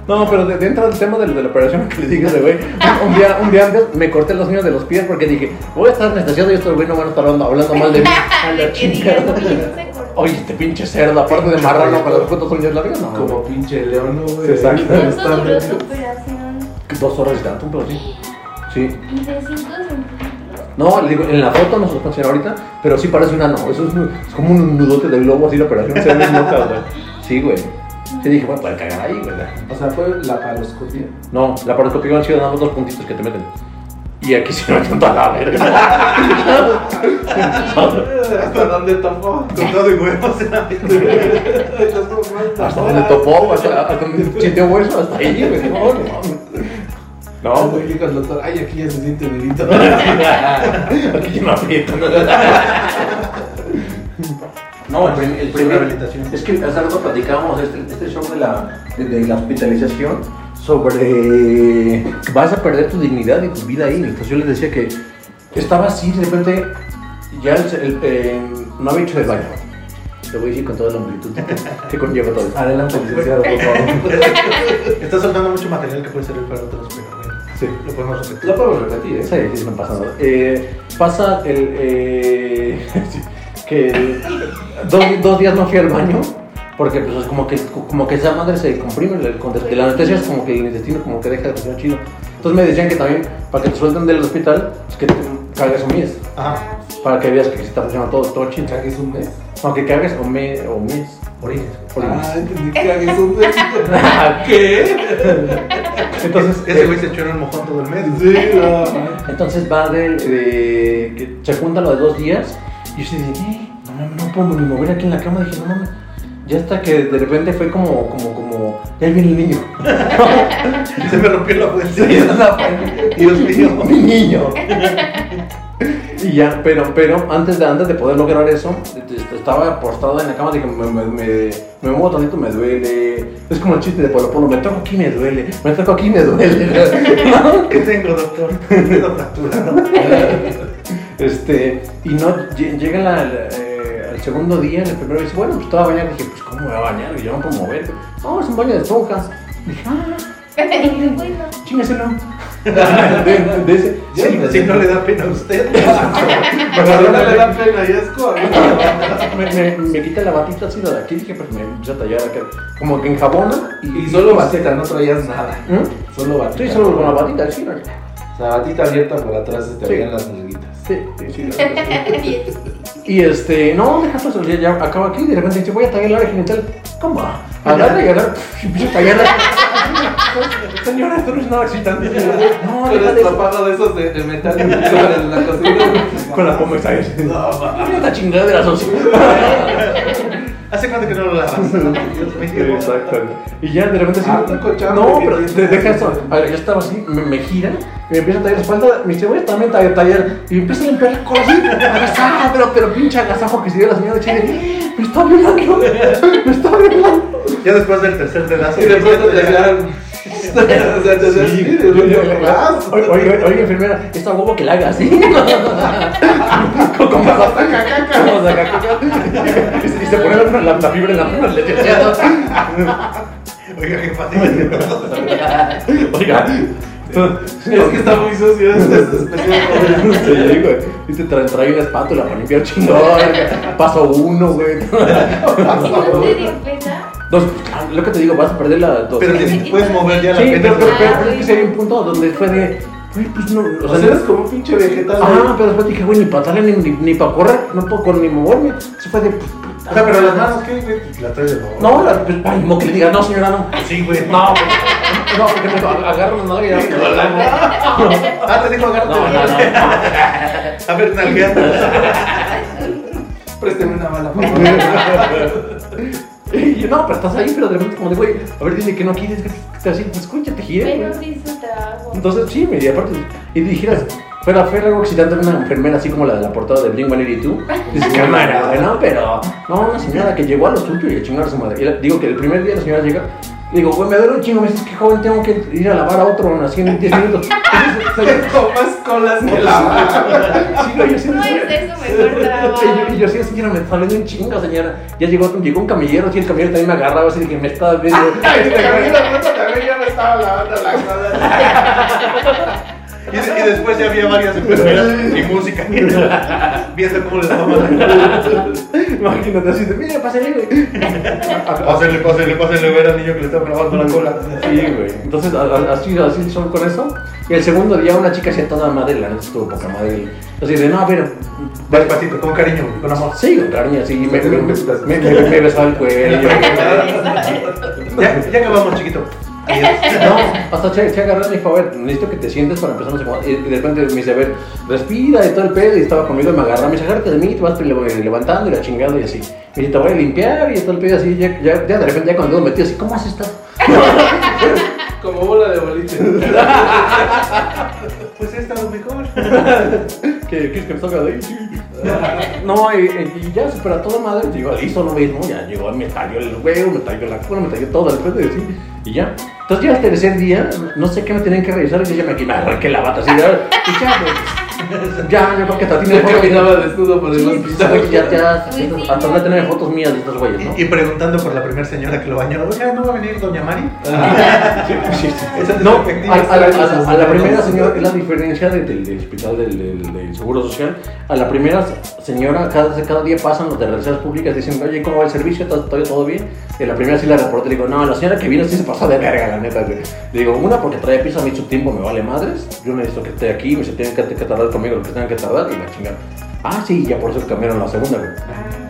No, pero de- dentro del tema de, de la operación que le digas de güey, un, un día, un día antes me corté los niños de los pies porque dije, voy a estar anestesiado y estos güey no van a estar hablando, hablando mal
[laughs]
de mí. A la
Que digas,
chingada.
"Oye, se cortó".
Oye, este pinche cerdo, aparte de marrano con las putas uñas largas, no.
Como pinche león, ¿no, güey.
Exacto. [laughs]
¿Cuánto duró tu operación?
Dos horas y tanto, pero sí. Sí.
¿Y de 5 centímetros?
No, le digo, en la foto no se lo pueden enseñar ahorita, pero sí parece un ano. Eso es, un- es como un nudote de globo así la operación se ve en notas, güey. Sí, güey. Sí dije, bueno, para cagar ahí, ¿verdad?
O sea, fue la paroscopía.
No, la paroscopía han sido nada más dos puntitos que te meten. Y aquí se me toda la verga.
¿Hasta dónde [laughs] topó?
Contado de huevos en la [laughs]
Hasta donde topó, hasta, hasta donde sintió hueso, hasta ahí, güey. No, no. mames. No,
No,
güey.
güey, dijo el doctor, ay, aquí ya se siente dedito.
[laughs] Aquí yo no aprieto. No, el, prim- el
Su
primer-
rehabilitación.
Es que hace rato platicábamos este, este show de la, de, de la hospitalización sobre que vas a perder tu dignidad y tu vida ahí. Entonces yo les decía que estaba así, de repente ya el, el- eh, no había hecho el baño. Te voy a decir con toda la amplitud que conlleva todo
[laughs]
esto.
Adelante, licenciado, por favor.
Está soltando mucho material que puede servir para otros, pero bueno,
Sí.
lo podemos repetir.
Lo puedo repetir, ¿eh?
Sí, sí, me pasa nada. Eh, pasa el. eh, [laughs] sí, que el- dos, dos días no fui al baño. Porque pues es como que, como que esa madre se comprime, el, con- de la anestesia es como que el intestino como que deja de funcionar chido. Entonces me decían que también para que te suelten del hospital, es que te cargues un mes,
Ajá,
Ah, sí.
para que veas que se está funcionando todo, todo chido.
Cagues un mes.
No, que cargues un mes, o mes,
orines.
por un mes.
Ah, entendí, cagues un mes.
[laughs]
¿Qué?
Entonces,
Ah, Ese
eh,
güey se echó en el mojón todo el mes.
Sí, no.
Entonces va de, de- que se juntan los dos días y yo sí dije, "Eh, no mames, no puedo ni mover aquí en la cama. Dije, no mames. Ya hasta que de repente fue como, como, como, ya ahí viene el niño. [laughs]
[laughs] Se me rompió la fuente.
Sí, o sea, fue, Dios mío, mi niño. Y ya, pero, pero antes de, antes de poder lograr eso, est- estaba apostado en la cama, dije, me, me, me, me muevo tantito, me duele. Es como el chiste de Polo Polo, me toco aquí, me duele, me toco aquí, me duele.
¿Qué tengo, doctor? Tengo fractura, ¿no?
Este, y no, lle- llega la- la, eh, al segundo día, en el primero, dice, bueno, pues estaba a bañar. Dije, pues, ¿cómo me voy a bañar? Y yo no puedo mover. No, es un baño de esponjas. Dije, ah,
Y bueno,
chingaselo. De, [laughs] de ese,
Si
sí,
si no le da pena a usted. [laughs]
Pero ahora le da pena y asco. ¿no?
me, me- me quita la batita así de aquí. Dije, pues, me empiezo a tallar acá. Como que enjabona y...
[laughs] Y solo batita, no traías nada.
¿Mm?
Solo batita.
Sí, solo con la batita, sí, no.
O sea, batita abierta por atrás se te
Sí.
veían las nalguitas.
Sí, sí, sí, la verdad, sí.
bien.
Y este, no, deja todo eso, ya, ya acaba aquí, y de repente dice, voy a tallar el área genital. ¿Cómo? Agarra y [laughs] agarra, pf, y empieza a tallarla. Señora, esto [laughs] no es nada excitante. No,
Pero
deja de
eres
eso.
tapado de esos de, de metal que usaban en la cocina.
Con la poma está ahí. [laughs] Mira la chingada de la [laughs] socia.
¿Hace cuánto que no lo lavas? Dios mío.
Y ya de repente así.
Ah, está cochando,
no,
que
pero
tiene-
de- deja eso. A ver, yo estaba así, me, me gira, y me empieza a tallar la espalda, me dice, voy a también tallar, tallar. Y me empieza a limpiar la cola así, [laughs] agasajo, pero, pero pinche agasajo que se dio la señora de [laughs] Chile. Me está violando, me está violando.
Ya después del tercer dedazo.
Y de pronto te hacían. O sea, te hacían. "Sí,
Sí, yo- yo-
¿qué más?".
Oye, oye, oye, enfermera, esta huevo que la ¿eh? haga [laughs] así. Como como saca caca. Como saca caca. Y se- y se pone la, la- la fibra en la mano, le decía.
Oiga, qué fácil.
Oiga.
Es que está muy sucio este es especial.
[laughs] Sí, güey. Y te trae, trae una espátula para limpiar chingón. Paso uno, güey.
¿Y no te dio pena?
Dos, ah, lo que te digo, vas a perder la dos.
Pero que si te puedes mover ya la
sí,
pena.
pero, pero-
es-
pero- pero es que sí hay un punto donde fue de. güey, Pues no, o
O
sea,
sea, eres como un pinche vegetal.
Ah, pero después dije, güey, ni para atrás, ni, ni, ni para correr, no puedo con- ni moverme. Se fue de. pues, puta.
O sea, Ah, pero las manos, ¿qué? güey? Las traes de favor.
No, la, pues, ay, no que le digas, no, señora, no.
Sí, güey.
No, pues, [laughs] no, porque me agarro la madre y ya. No, no,
Ah, te dijo agárrate.
no. no.
A ver, nalgueando.
Présteme una bala, por favor.
[laughs] Y yo, no, pero estás ahí, pero de repente, como de, güey, a ver, dile que no quieres que te así, pues, escucha, te gire.
Pero
güey.
sí su trabajo.
Entonces, sí, me y aparte. Y dijeras, fuera, fue algo excitante una enfermera así como la de la portada de Blink 182. Dice, cámara, güey, no, pero. No, una señora que llegó a lo suyo y a chingar a su madre. Y la- digo que el primer día la señora llega. Le digo, güey, me duele un chingo, me dices que joven, tengo que ir a lavar a otro en así en 10 minutos. Entonces, se- se-
Tengo más colas que la bala.
[laughs] sí, güey, yo sí,
No
sí.
es de su mejor trabajo.
[laughs] Y yo, y yo sí, señora, me está doliendo un chingo, [laughs] señora. Ya llegó, llegó un camillero, sí, el camillero también me agarraba, así de que me estaba viendo.
Ay, te cambié la puerta, te agarré ya la
estaba lavando la cosa. y, de- y después ya había varias enfermeras y música. [laughs] viendo cómo le daban
[laughs] Imagínate así de, mira, pásale, güey.
Pásenle, pásenle, pásenle, ver al niño que le está grabando la cola.
Sí, güey. Entonces, a- a- así, así son con eso. Y el segundo día, una chica hacía toda madre, la neta estuvo poca madre. Así de, no, pero.
Va despacito, con cariño, con amor.
Sí, con cariño, sí. Me, me, me, me- me- me besaba el
[laughs]
cuello.
Ya, ya acabamos, chiquito. Adiós.
No, hasta se, se agarró y me dijo, a ver, necesito que te sientes para empezar no sé cómo. Y de repente me dice, a ver, respira y todo el pedo. Y estaba conmigo y me agarra, me dice, agárrate de mí, te vas le- levantando y la chingada y así. Me dice, te voy a limpiar y todo el pedo así. Ya, ya, ya de repente ya con el dedo metido así, ¿cómo has estado?
Como bola de boliche.
Pues he estado mejor.
¿Qué, ¿Quieres que me salga de ahí? Sí. [laughs] No, y, y ya supera toda madre. Llegó al hizo lo mismo, ya llegó, me talló el huevo, me talló la cola, me talló todo el pedo y así. Y ya. Entonces ya el tercer día, no sé qué me tenían que revisar y yo ya me, me arranqué la bata así. de, Y ya, pues, ya, yo creo que hasta tiene
Yo
fotos.
caminaba desnudo por el
Sí, pues, güey,
hospital.
ya, ya,
Pues sí.
hasta van a tener fotos mías de estos güeyes, ¿no?
Y preguntando por la primera señora que lo bañó, oiga, ¿no va a venir Doña Mari? Esa es
No,
efectiva,
a, a la,
esa es
a la- a la primera
efectiva.
señora, es la diferencia de- del, del hospital del, del- del Seguro Social. A la primera señora, cada, cada día pasan los de relaciones públicas diciendo, oye, ¿cómo va el servicio? ¿Todo, todo, todo bien? Y a la primera sí la reporté digo, no, la señora que vino sí se pasó de verga, la neta. güey". Le digo, una, porque trae piso a mí su tiempo, me vale madres. Yo necesito que esté aquí, me se tienen que, que tardar conmigo lo que tengan que tardar y la chingada. Ah, sí, ya por eso cambiaron la segunda, güey.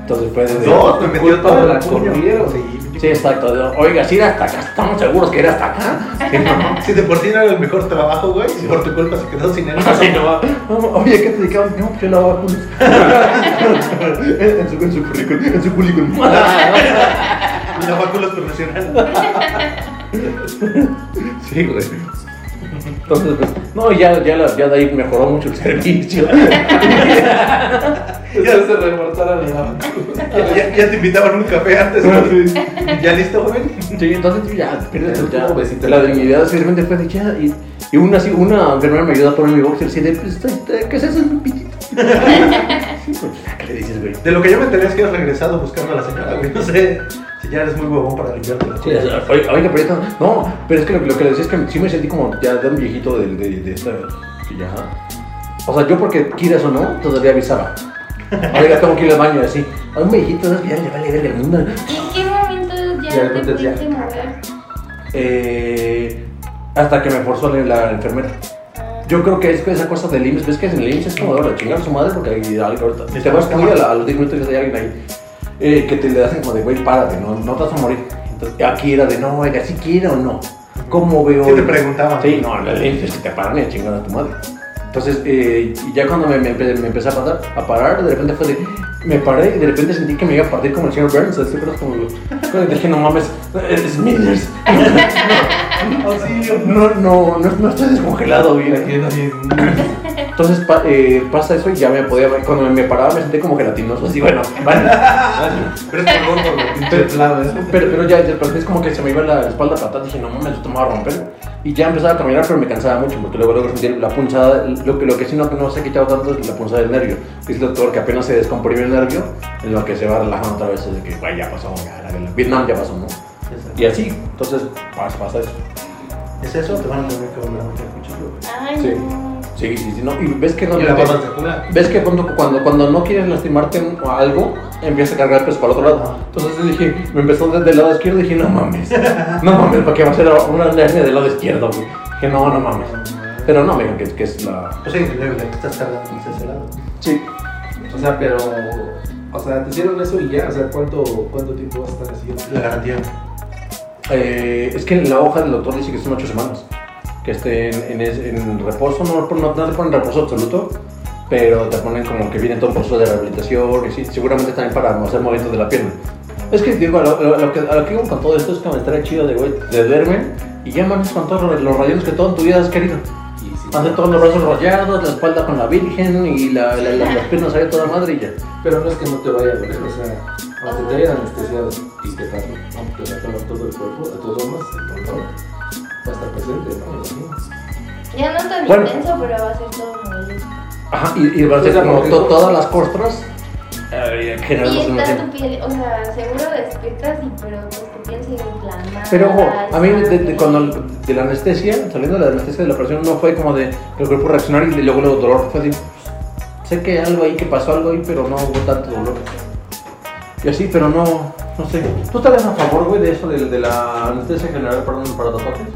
Entonces fue de...
Dos, me metió
Culpa
todo
de la
el puño.
corrieron.
Sí,
Sí, exacto. Oiga, si era hasta acá, estamos seguros que era hasta acá. [laughs] Sí, no, no.
Si de por sí no era el mejor trabajo, güey, y por tu culpa se quedó sin él.
Así no va. No, Oye, ¿qué te dedicabas? No, pues yo lavaba culos. [laughs] en, en su, en su currículum. En su currículum.
Y la vacuna es profesional.
[laughs] sí, güey. Entonces, pues, no, ya, ya, la- ya de ahí mejoró mucho el [laughs] servicio.
Ya se reportaron la vacuna.
Ya, ya te invitaban un café antes. güey. ¿Ya listo, joven?
Sí, entonces yo ya pierdes el
Ya, güey, sí te-
La dignidad así de repente fue de ya. Y, y una, así, una enfermera me ayudó a poner mi boxer así de, pues, este, ¿qué es eso? Un [laughs] pitito. sí, pues, ¿qué le dices, güey?
De lo que yo me enteré es que has regresado buscando a la señora, güey. No sé si ya eres muy huevón para limpiarte la
Sí, o
cola.
sea, oiga, oiga, pero esto- No, pero es que lo, lo que le decía es que sí me sentí como ya de un viejito de, de, de esta. que ya. O sea, yo porque quieras o no, todavía avisaba. Oiga, tengo que ir al baño así. A un viejito de ya le vale ver el mundo.
¿Y en qué momento
Ya,
ya te
entonces, ya.
pudiste mover?
Eh, hasta que me forzó la, la enfermera. Yo creo que es que esa cosa del IMSS, ves que en el IMSS es como ahora chingar a su madre porque hay algo ahorita. Si te vas a morir a, la- a los 10 minutos ya hay alguien ahí eh, que te le hacen como de güey, párate, no, no te vas a morir. Entonces aquí era de no, oiga, si quiero o no. ¿Cómo veo?
Sí te
el-
preguntaban.
Sí, no, la ley es que este, te paran y a chingar a tu madre. Entonces, eh, y ya cuando me, me empe- me empecé a parar, a parar, de repente fue de. Me paré y de repente sentí que me iba a partir como el señor Burns. ¿Te acuerdas? Como. cuando Dije, no mames, es
[laughs]
Millers.
Auxilio.
[laughs] No, no, no, no estoy descongelado
Mira,
bien.
aquí no tiene-
Entonces pa- eh, pasa eso y ya me podía. Cuando me, me paraba me senté como gelatinoso. Así, bueno, [laughs] vale.
Pero es por huevón, por
pinche clave, ¿no?
Pero, pero ya, ya, pero es como que se me iba la espalda para atrás, dije, no mames, esto me va a romper. Y ya empezaba a caminar, pero me cansaba mucho, porque luego, luego sentí la punzada, lo que, lo que sí no, no se ha quitado tanto es la punzada del nervio. Dice el doctor que apenas se descomprime el nervio, en lo que se va relajando otra vez, es de que, güey, ya pasó, ya, la de la- Vietnam ya pasó, ¿no?
Exacto.
Y así, entonces, pasa, pasa eso.
¿Es eso? Te van a tener que volver a meter cuchillo, güey.
Ay,
Sí.
no.
Sí, sí, sí, no, y ves que...
Y
donde
la
te-
barra se acumula.
ves que cuando, cuando, cuando no quieres lastimarte en- o algo, empiezas a cargar el peso para el otro lado. Entonces dije, me empezó desde el lado izquierdo y dije, no mames, no mames, porque va a ser una hernia del lado izquierdo, güey. Dije, no, no mames. Pero no, me dijeron que, que es la.
Pues sí, la que estás cargando en ese lado.
Sí.
O sea, pero. O sea, te hicieron eso y ya. O sea, ¿cuánto, cuánto tiempo vas a estar así?
La garantía.
Eh, es que en la hoja del doctor dice que son ocho semanas. Que esté en, en es- en reposo, no, no, no te ponen reposo absoluto, pero te ponen como que viene todo el proceso de rehabilitación y sí, seguramente también para hacer movimientos de la pierna. Es que digo, a lo, a lo que, a lo que digo con todo esto es que me trae chido de güey, te duermen y ya manes con todos los, los rayones que toda tu vida has querido.
Y sí.
Hacer todos los brazos rayados, la espalda con la virgen y la- la- la- las piernas ahí a toda madre y ya.
Pero no es que no te vaya a doler, o sea, aunque te hayan anestesiado y te traten, aunque te traten todo el cuerpo, de todas formas, el dolor va a estar presente, ¿no? Me imagino.
Ya no tan
Bueno.
intenso, pero va a ser todo maravilloso.
Ajá, y, y va a ser
O sea,
como
porque-
to- todas las costras eh,
Y
generándose en un
está
tiempo.
tu piel, o sea, seguro despectas, y pero pues, tu piel sigue inflamada.
Pero ojo, a mí de, de-
sangre.
cuando de la anestesia, saliendo de la anestesia de la operación, no fue como de que el cuerpo reaccionar y luego luego dolor. Fue así, sé que algo ahí, que pasó algo ahí, pero no hubo tanto dolor. Y así, pero no, no sé. ¿Tú estarías a favor, güey, de eso, de, de la anestesia general para, para tatuajes?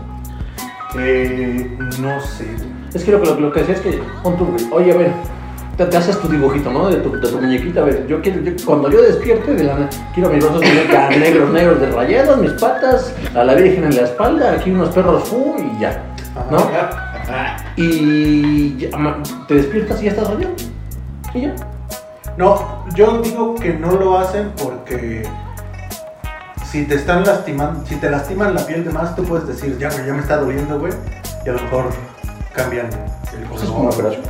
Eh, no sé.
Es que lo, lo- lo que decía es que, pon tú, güey, oye, a ver, te, te haces tu dibujito, ¿no? De tu, de tu muñequita, a ver, yo quiero, yo- cuando yo despierte de la na- quiero mis brazos negros, ya, [laughs] negros, negros de rayados, mis patas, a la virgen en la espalda, aquí unos perros, fu, y ya, ¿no? Y ya, ma- te despiertas y ya estás rayado, y ya.
No, yo digo que no lo hacen porque si te están lastimando, si te lastiman la piel de más, tú puedes decir, ya, güey, ya me está doliendo, güey, y a lo mejor cambian el
Eso Pues es como una operación.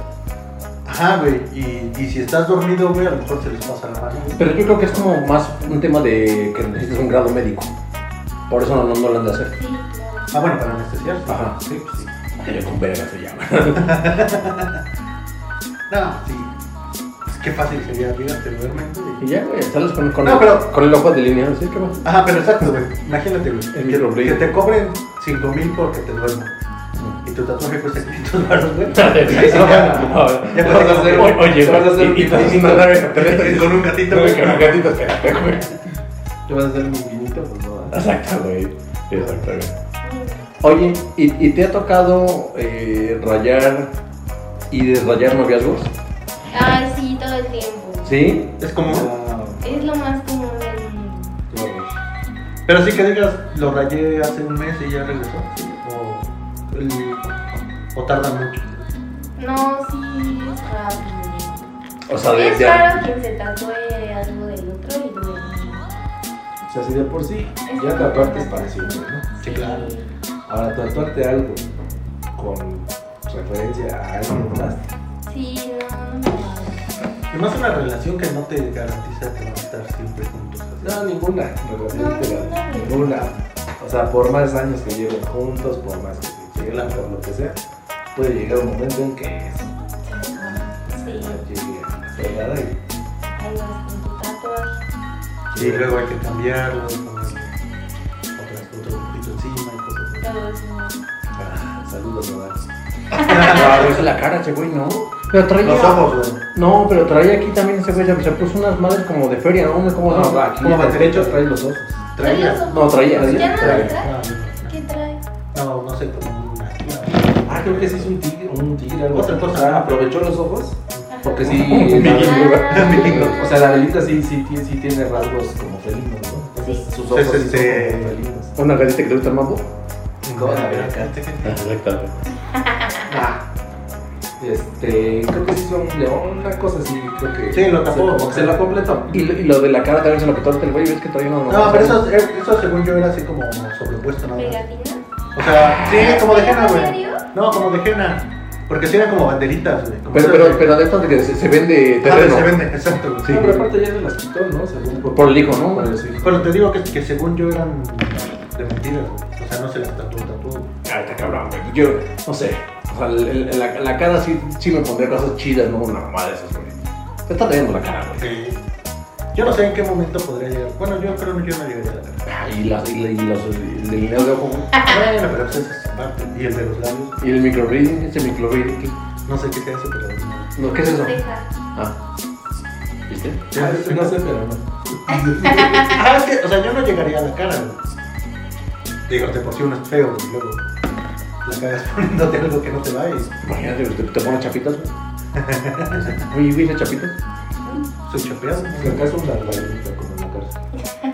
Ajá, güey, y, y si estás dormido, güey, a lo mejor se les pasa la mano. güey.
Pero yo creo que es como más un tema de que necesitas un grado médico, por eso no, no, no lo han de hacer.
Sí, claro.
Ah, bueno, para anestesiar. sí.
Ajá.
sí, pues sí.
Pero con verga se llama.
No, sí. Pues qué fácil sería, mira, te duermen, güey.
Y ya, güey, sales con, con,
No,
el,
pero-
con el ojo delineado, ¿sí? ¿Qué más? [laughs]
Ajá, pero exacto, güey. Imagínate, güey.
El microblade.
Que, que te cobren 5 mil porque te duermo. Y tu tatuaje cuesta 500 baros, güey. Sí, ya. Ya
Vas a
parece
hacer-
como que-
oye,
vas a hacer un
y- y-
gatito.
y mandar a carteleta [laughs] [laughs] y-
Con un gatito,
No,
güey.
que un gatito se la ve, güey.
¿Te vas a hacer un guiñito? Pues no. ¿verdad?
Exacto, güey. Exacto, güey. Oye, ¿y, y te ha tocado eh, rayar y desrayar noviazgos?
Ay, Ah, sí, todo el tiempo.
¿Sí?
Es como.
Es lo más común del mundo.
Pero sí que digas, lo rayé hace un mes y ya regresó. sí, O, el- o tarda mucho.
No, sí, es rápido.
O sea, de,
es
de-
raro quien se tatúe algo del otro y luego.
O sea, si de por sí,
Es
ya
muy
tatuarte es
importante.
para siempre, ¿no?
Sí, claro.
Ahora, tatuarte algo con referencia a alguien más.
Sí, no, no me gusta.
Y más una relación que no te garantiza que van a estar siempre juntos.
No, ninguna. relación
No,
te la-
ninguna.
Ninguna. O sea, por más años que lleven juntos, por más que se lleven, por lo que sea, puede llegar un momento en que
Sí,
no llegue a ser nada y
ahí vas con tu tatuaje.
Y luego hay que cambiarlo, poner otras- otro grupito encima y cosas así.
Pero es muy-
ah, saludos, ¿verdad?
Ah, güey, es la cara ese güey, ¿no? Pero traía...
Los ojos, güey.
No, pero traía aquí también ese güey, se se puso unas madres como de feria, ¿no? ¿Cómo se llama?
aquí
¿Cómo
el
va?
derecho trae los ojos.
Traía.
No, traía.
¿Ya
traía.
no lo trae? ¿Qué trae?
No, no sé, como una.
Ah, creo que sí es un tigre, un tigre, algo
Otra
así.
cosa.
Ah, aprovechó los ojos.
Ajá.
Porque [laughs] sí.
Vikingo.
Ah.
O sea, la velita sí, sí, sí, sí tiene rasgos como felinos, ¿no? Entonces, sus ojos
Sí, sí,
sí este son
sí.
como felinos.
¿Una galleta que te gusta el mambo?
No, la verdad.
Ah,
Ah.
Exacto.
Este, creo que sí son león, una cosa así, creo que.
Sí, lo tapó.
Se, como que se lo completó.
Y lo, y lo de la cara también se lo quitó el güey, ves que traía unos
No, pero eso, eso según yo era así como sobrepuesto, ¿no?
¿Pegatina?
O sea, sí, como de henna,
¿En
güey.
serio?
No, como de henna. Porque sí eran como banderitas, güey. como
Pero,
esas
pero,
de-
pero de estas de que se, se vende
Ah,
terreno.
se vende, exacto, güey.
Sí, pero aparte ya se las quitó, ¿no? Según
Por el hijo, ¿no?
Por el hijo.
Pero te digo que, que según yo eran de mentiras, güey. O sea, no se las tatuó, tatuó.
Ay, Ah, está cabrón, güey. Yo, no sé. O sea, el- el- la, la cara sí, sí me pondría cosas chidas, no una mamada de esas, güey. Te está trayendo la cara, güey.
Sí. Yo no sé en qué momento podría llegar. Bueno, yo creo que yo no llegaría a
[laughs]
la cara.
Ah, Y, las- y, la- y los, el delineado de ojo, güey.
Bueno, pero pues esa es parte. Y el de los labios.
Y el microblading, ese microblading. ¿qué?
No sé qué sea eso, pero.
No, ¿Qué es eso?
Ceja.
Ah. ¿Viste?
Ah, sí, No sé, pero no.
Ah, es que, o sea, yo no llegaría a la cara, güey. Digo, de por sí uno es feo, güey, y luego la cagas [laughs] poniéndote algo que no te va y
Imagínate, te, te pones chapitas, güey. [laughs] Oye, ¿viste chapitas?
soy chapeado.
Si acaso una lagunita como en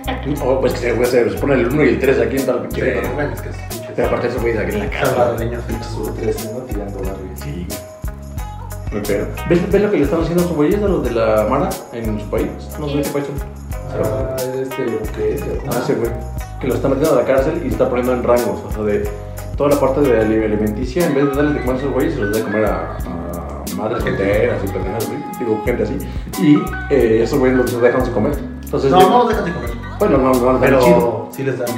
la cárcel.
Oh, pues que se, güey, se, se pone el 1 y el 3 aquí en tal
Sí,
pinche.
pero bueno, es que es pinche
Pero aparte ese güey de aquí en la cara.
salvadoreño, sí.
Su 13, ¿no? Tirando barrio.
Sí. ¿Ves, ¿Ves lo que le están haciendo a sus güeyes a los de la Mara en su país? No sé qué país son.
Ah, este buque.
Ah, ese güey. Que lo están metiendo a la cárcel y está poniendo en rangos. O sea, de toda la parte de la alimenticia, en vez de darles de comer a esos güeyes, se los da de comer a, a madres
Gente.
solteras y pendejas, güey. digo, gente así. Y eh, esos güeyes los dejan sin comer. Entonces,
No,
digo,
no los dejan de comer.
bueno, no, no, no,
Pero
chido.
sí les dan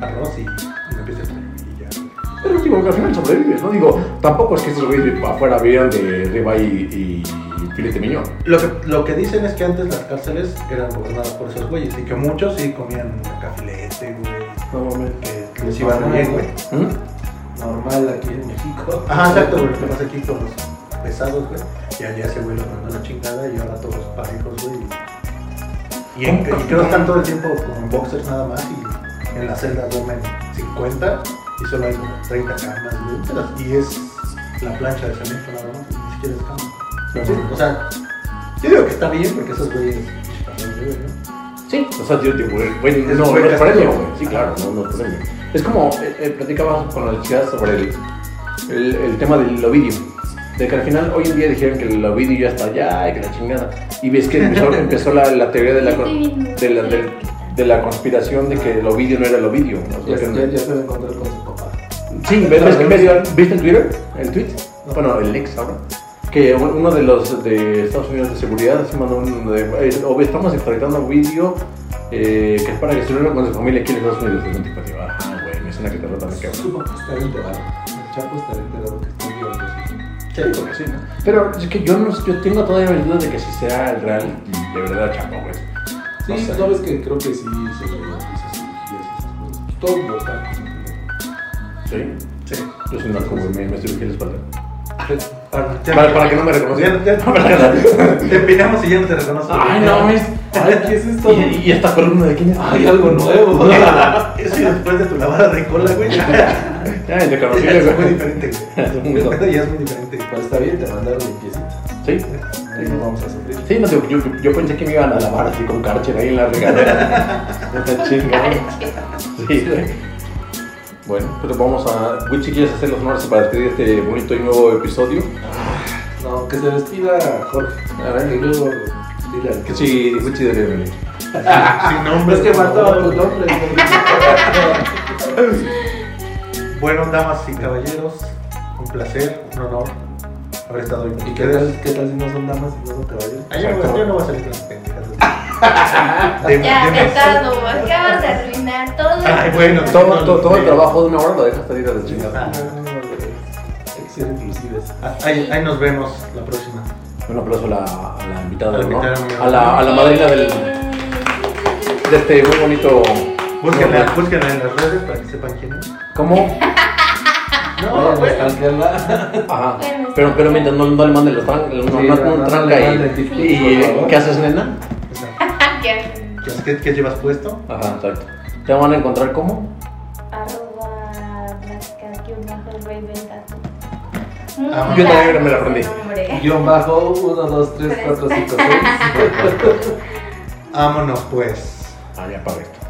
arroz y, y empieza a comer y ya.
Pero digo, que al final sobrevives, ¿no? Digo, tampoco es que esos güeyes afuera vieran de ribeye y, y filete miñón.
Lo que, lo que dicen es que antes las cárceles eran gobernadas por esos güeyes y que muchos sí comían cafilete, güey.
No mames.
Que-
Que sí van bien, güey.
¿Mm?
Normal aquí en México.
Ajá, exacto, güey. Lo más aquí todos pesados, güey. Y allá ese güey lo mandó a la chingada y ahora todos parejos, güey. Y, en- y creo que están todo el tiempo con boxers nada más y en la celda duermen 50 y solo hay como 30 camas, güey. Se las- Y es la plancha de cemento nada más, ni siquiera es cama. Sí, O sea, yo digo que está bien porque esos güeyes.
Sí, o sea, yo tipo, el güey,
Es
no,
un buen
no es premio,
castigo.
güey. Sí, claro, no, no es premio. Es como, eh, eh, platicábamos con la chica sobre el, el, el tema del Ovidio. De que al final, hoy en día dijeron que el Ovidio ya está allá y que la chingada. Y ves que [laughs] empezó, empezó la, la teoría de la,
Estoy
con-
viendo.
de, la, del- de la conspiración de que el Ovidio no era el Ovidio. ¿no?
Ya,
O sea, que-
ya, ya se va a encontrar con su papá.
Sí, ¿ves, ves que- ves- ¿viste en Twitter? ¿El tweet? Bueno, el ex ahora. Que u- uno de los de Estados Unidos de seguridad se mandó un. De, eh, ob- estamos extraditando un vídeo eh, que es para que se reúna con su familia aquí en Estados Unidos. Es un tipo de. Ah, güey, me suena que te rotan el cabrón.
Su papá está enterado. El chapo está enterado que estoy llevando así.
Sí,
Creo que sí, ¿no? Pero es que yo, no, yo tengo todavía mis dudas de que si sea el real y de verdad chapo, güey.
Sí,
No sé.
sabes que creo que sí se le dio esas cirugías y esas cosas. Todos los tacos.
Sí.
sí.
Yo soy narco, güey, me, me cirugía la espalda. Ah,
Para,
Para, para que no me reconozcan. [laughs]
Ya- ya- Te empinamos y ya no te reconozco.
Ay, no, es.
Ay, ¿qué es esto?
Y, y esta columna de quién es.
Hay algo nuevo.
[laughs]
[laughs]
Eso y después de tu lavada de cola, güey. [laughs]
[laughs] Ya,
Ya
es reconocible,
es muy
güey.
diferente,
Es un
güey. El
mundo.
[laughs] pedo ya es muy diferente.
[laughs]
Pero está bien, te mandaron limpiecita.
Sí.
Ahí no vamos a sufrir.
Sí, no sé, yo, yo pensé que me iban a lavar así con cárcel ahí en la regadera. Está chingón. Sí, güey. Bueno, pero vamos a. Wichi, ¿quieres hacer los honores para despedir este bonito y nuevo episodio?
No, que se despida Jorge.
A ver.
Y luego dile al
Que sí, Wichi debería venir.
Sin nombre.
Es que faltaba tu
por favor.
nombre.
Bueno, damas y caballeros, un placer, un honor haber estado hoy con
¿Y qué
ustedes.
tal, qué tal si no son damas y no son caballeros?
Ay, Yo no voy- yo no voy a salir con las
[laughs]
pendejas. De-
Ya,
de
Ricardo,
mesa.
acabas de arruinar todo.
Ay, bueno, eh,
Todo, todo, todo el trabajo de una hora lo dejas salir a la
Ah,
chingada.
Hay que ser inclusives.
Ah, Ahí, ahí nos vemos la próxima.
Un aplauso a la, a la invitada,
A la
¿no?
invitada.
A la, a la madrina del, de este muy bonito.
Búsquenla, búsquenla en las redes para que sepan quién es.
¿Cómo?
Vayan a
bueno.
stalkearla.
Ajá. Pero, pero mientras no, no le manden los tran, no,
Sí,
no-
no,
un
no
tranca
le
ahí.
manden TikTok,
¿Y
por favor.
qué haces, nena?
O sea,
¿Qué?
¿Qué, qué- qué llevas puesto?
Ajá, exacto. ¿Te van a encontrar cómo?
Arroba pláticas que un bajo el rey ventato.
Ah,
yo también me la aprendí.
Nombre.
Guión bajo 1, 2, 3, 4, 5, 6.
Vámonos pues.
Ah, ya para esto.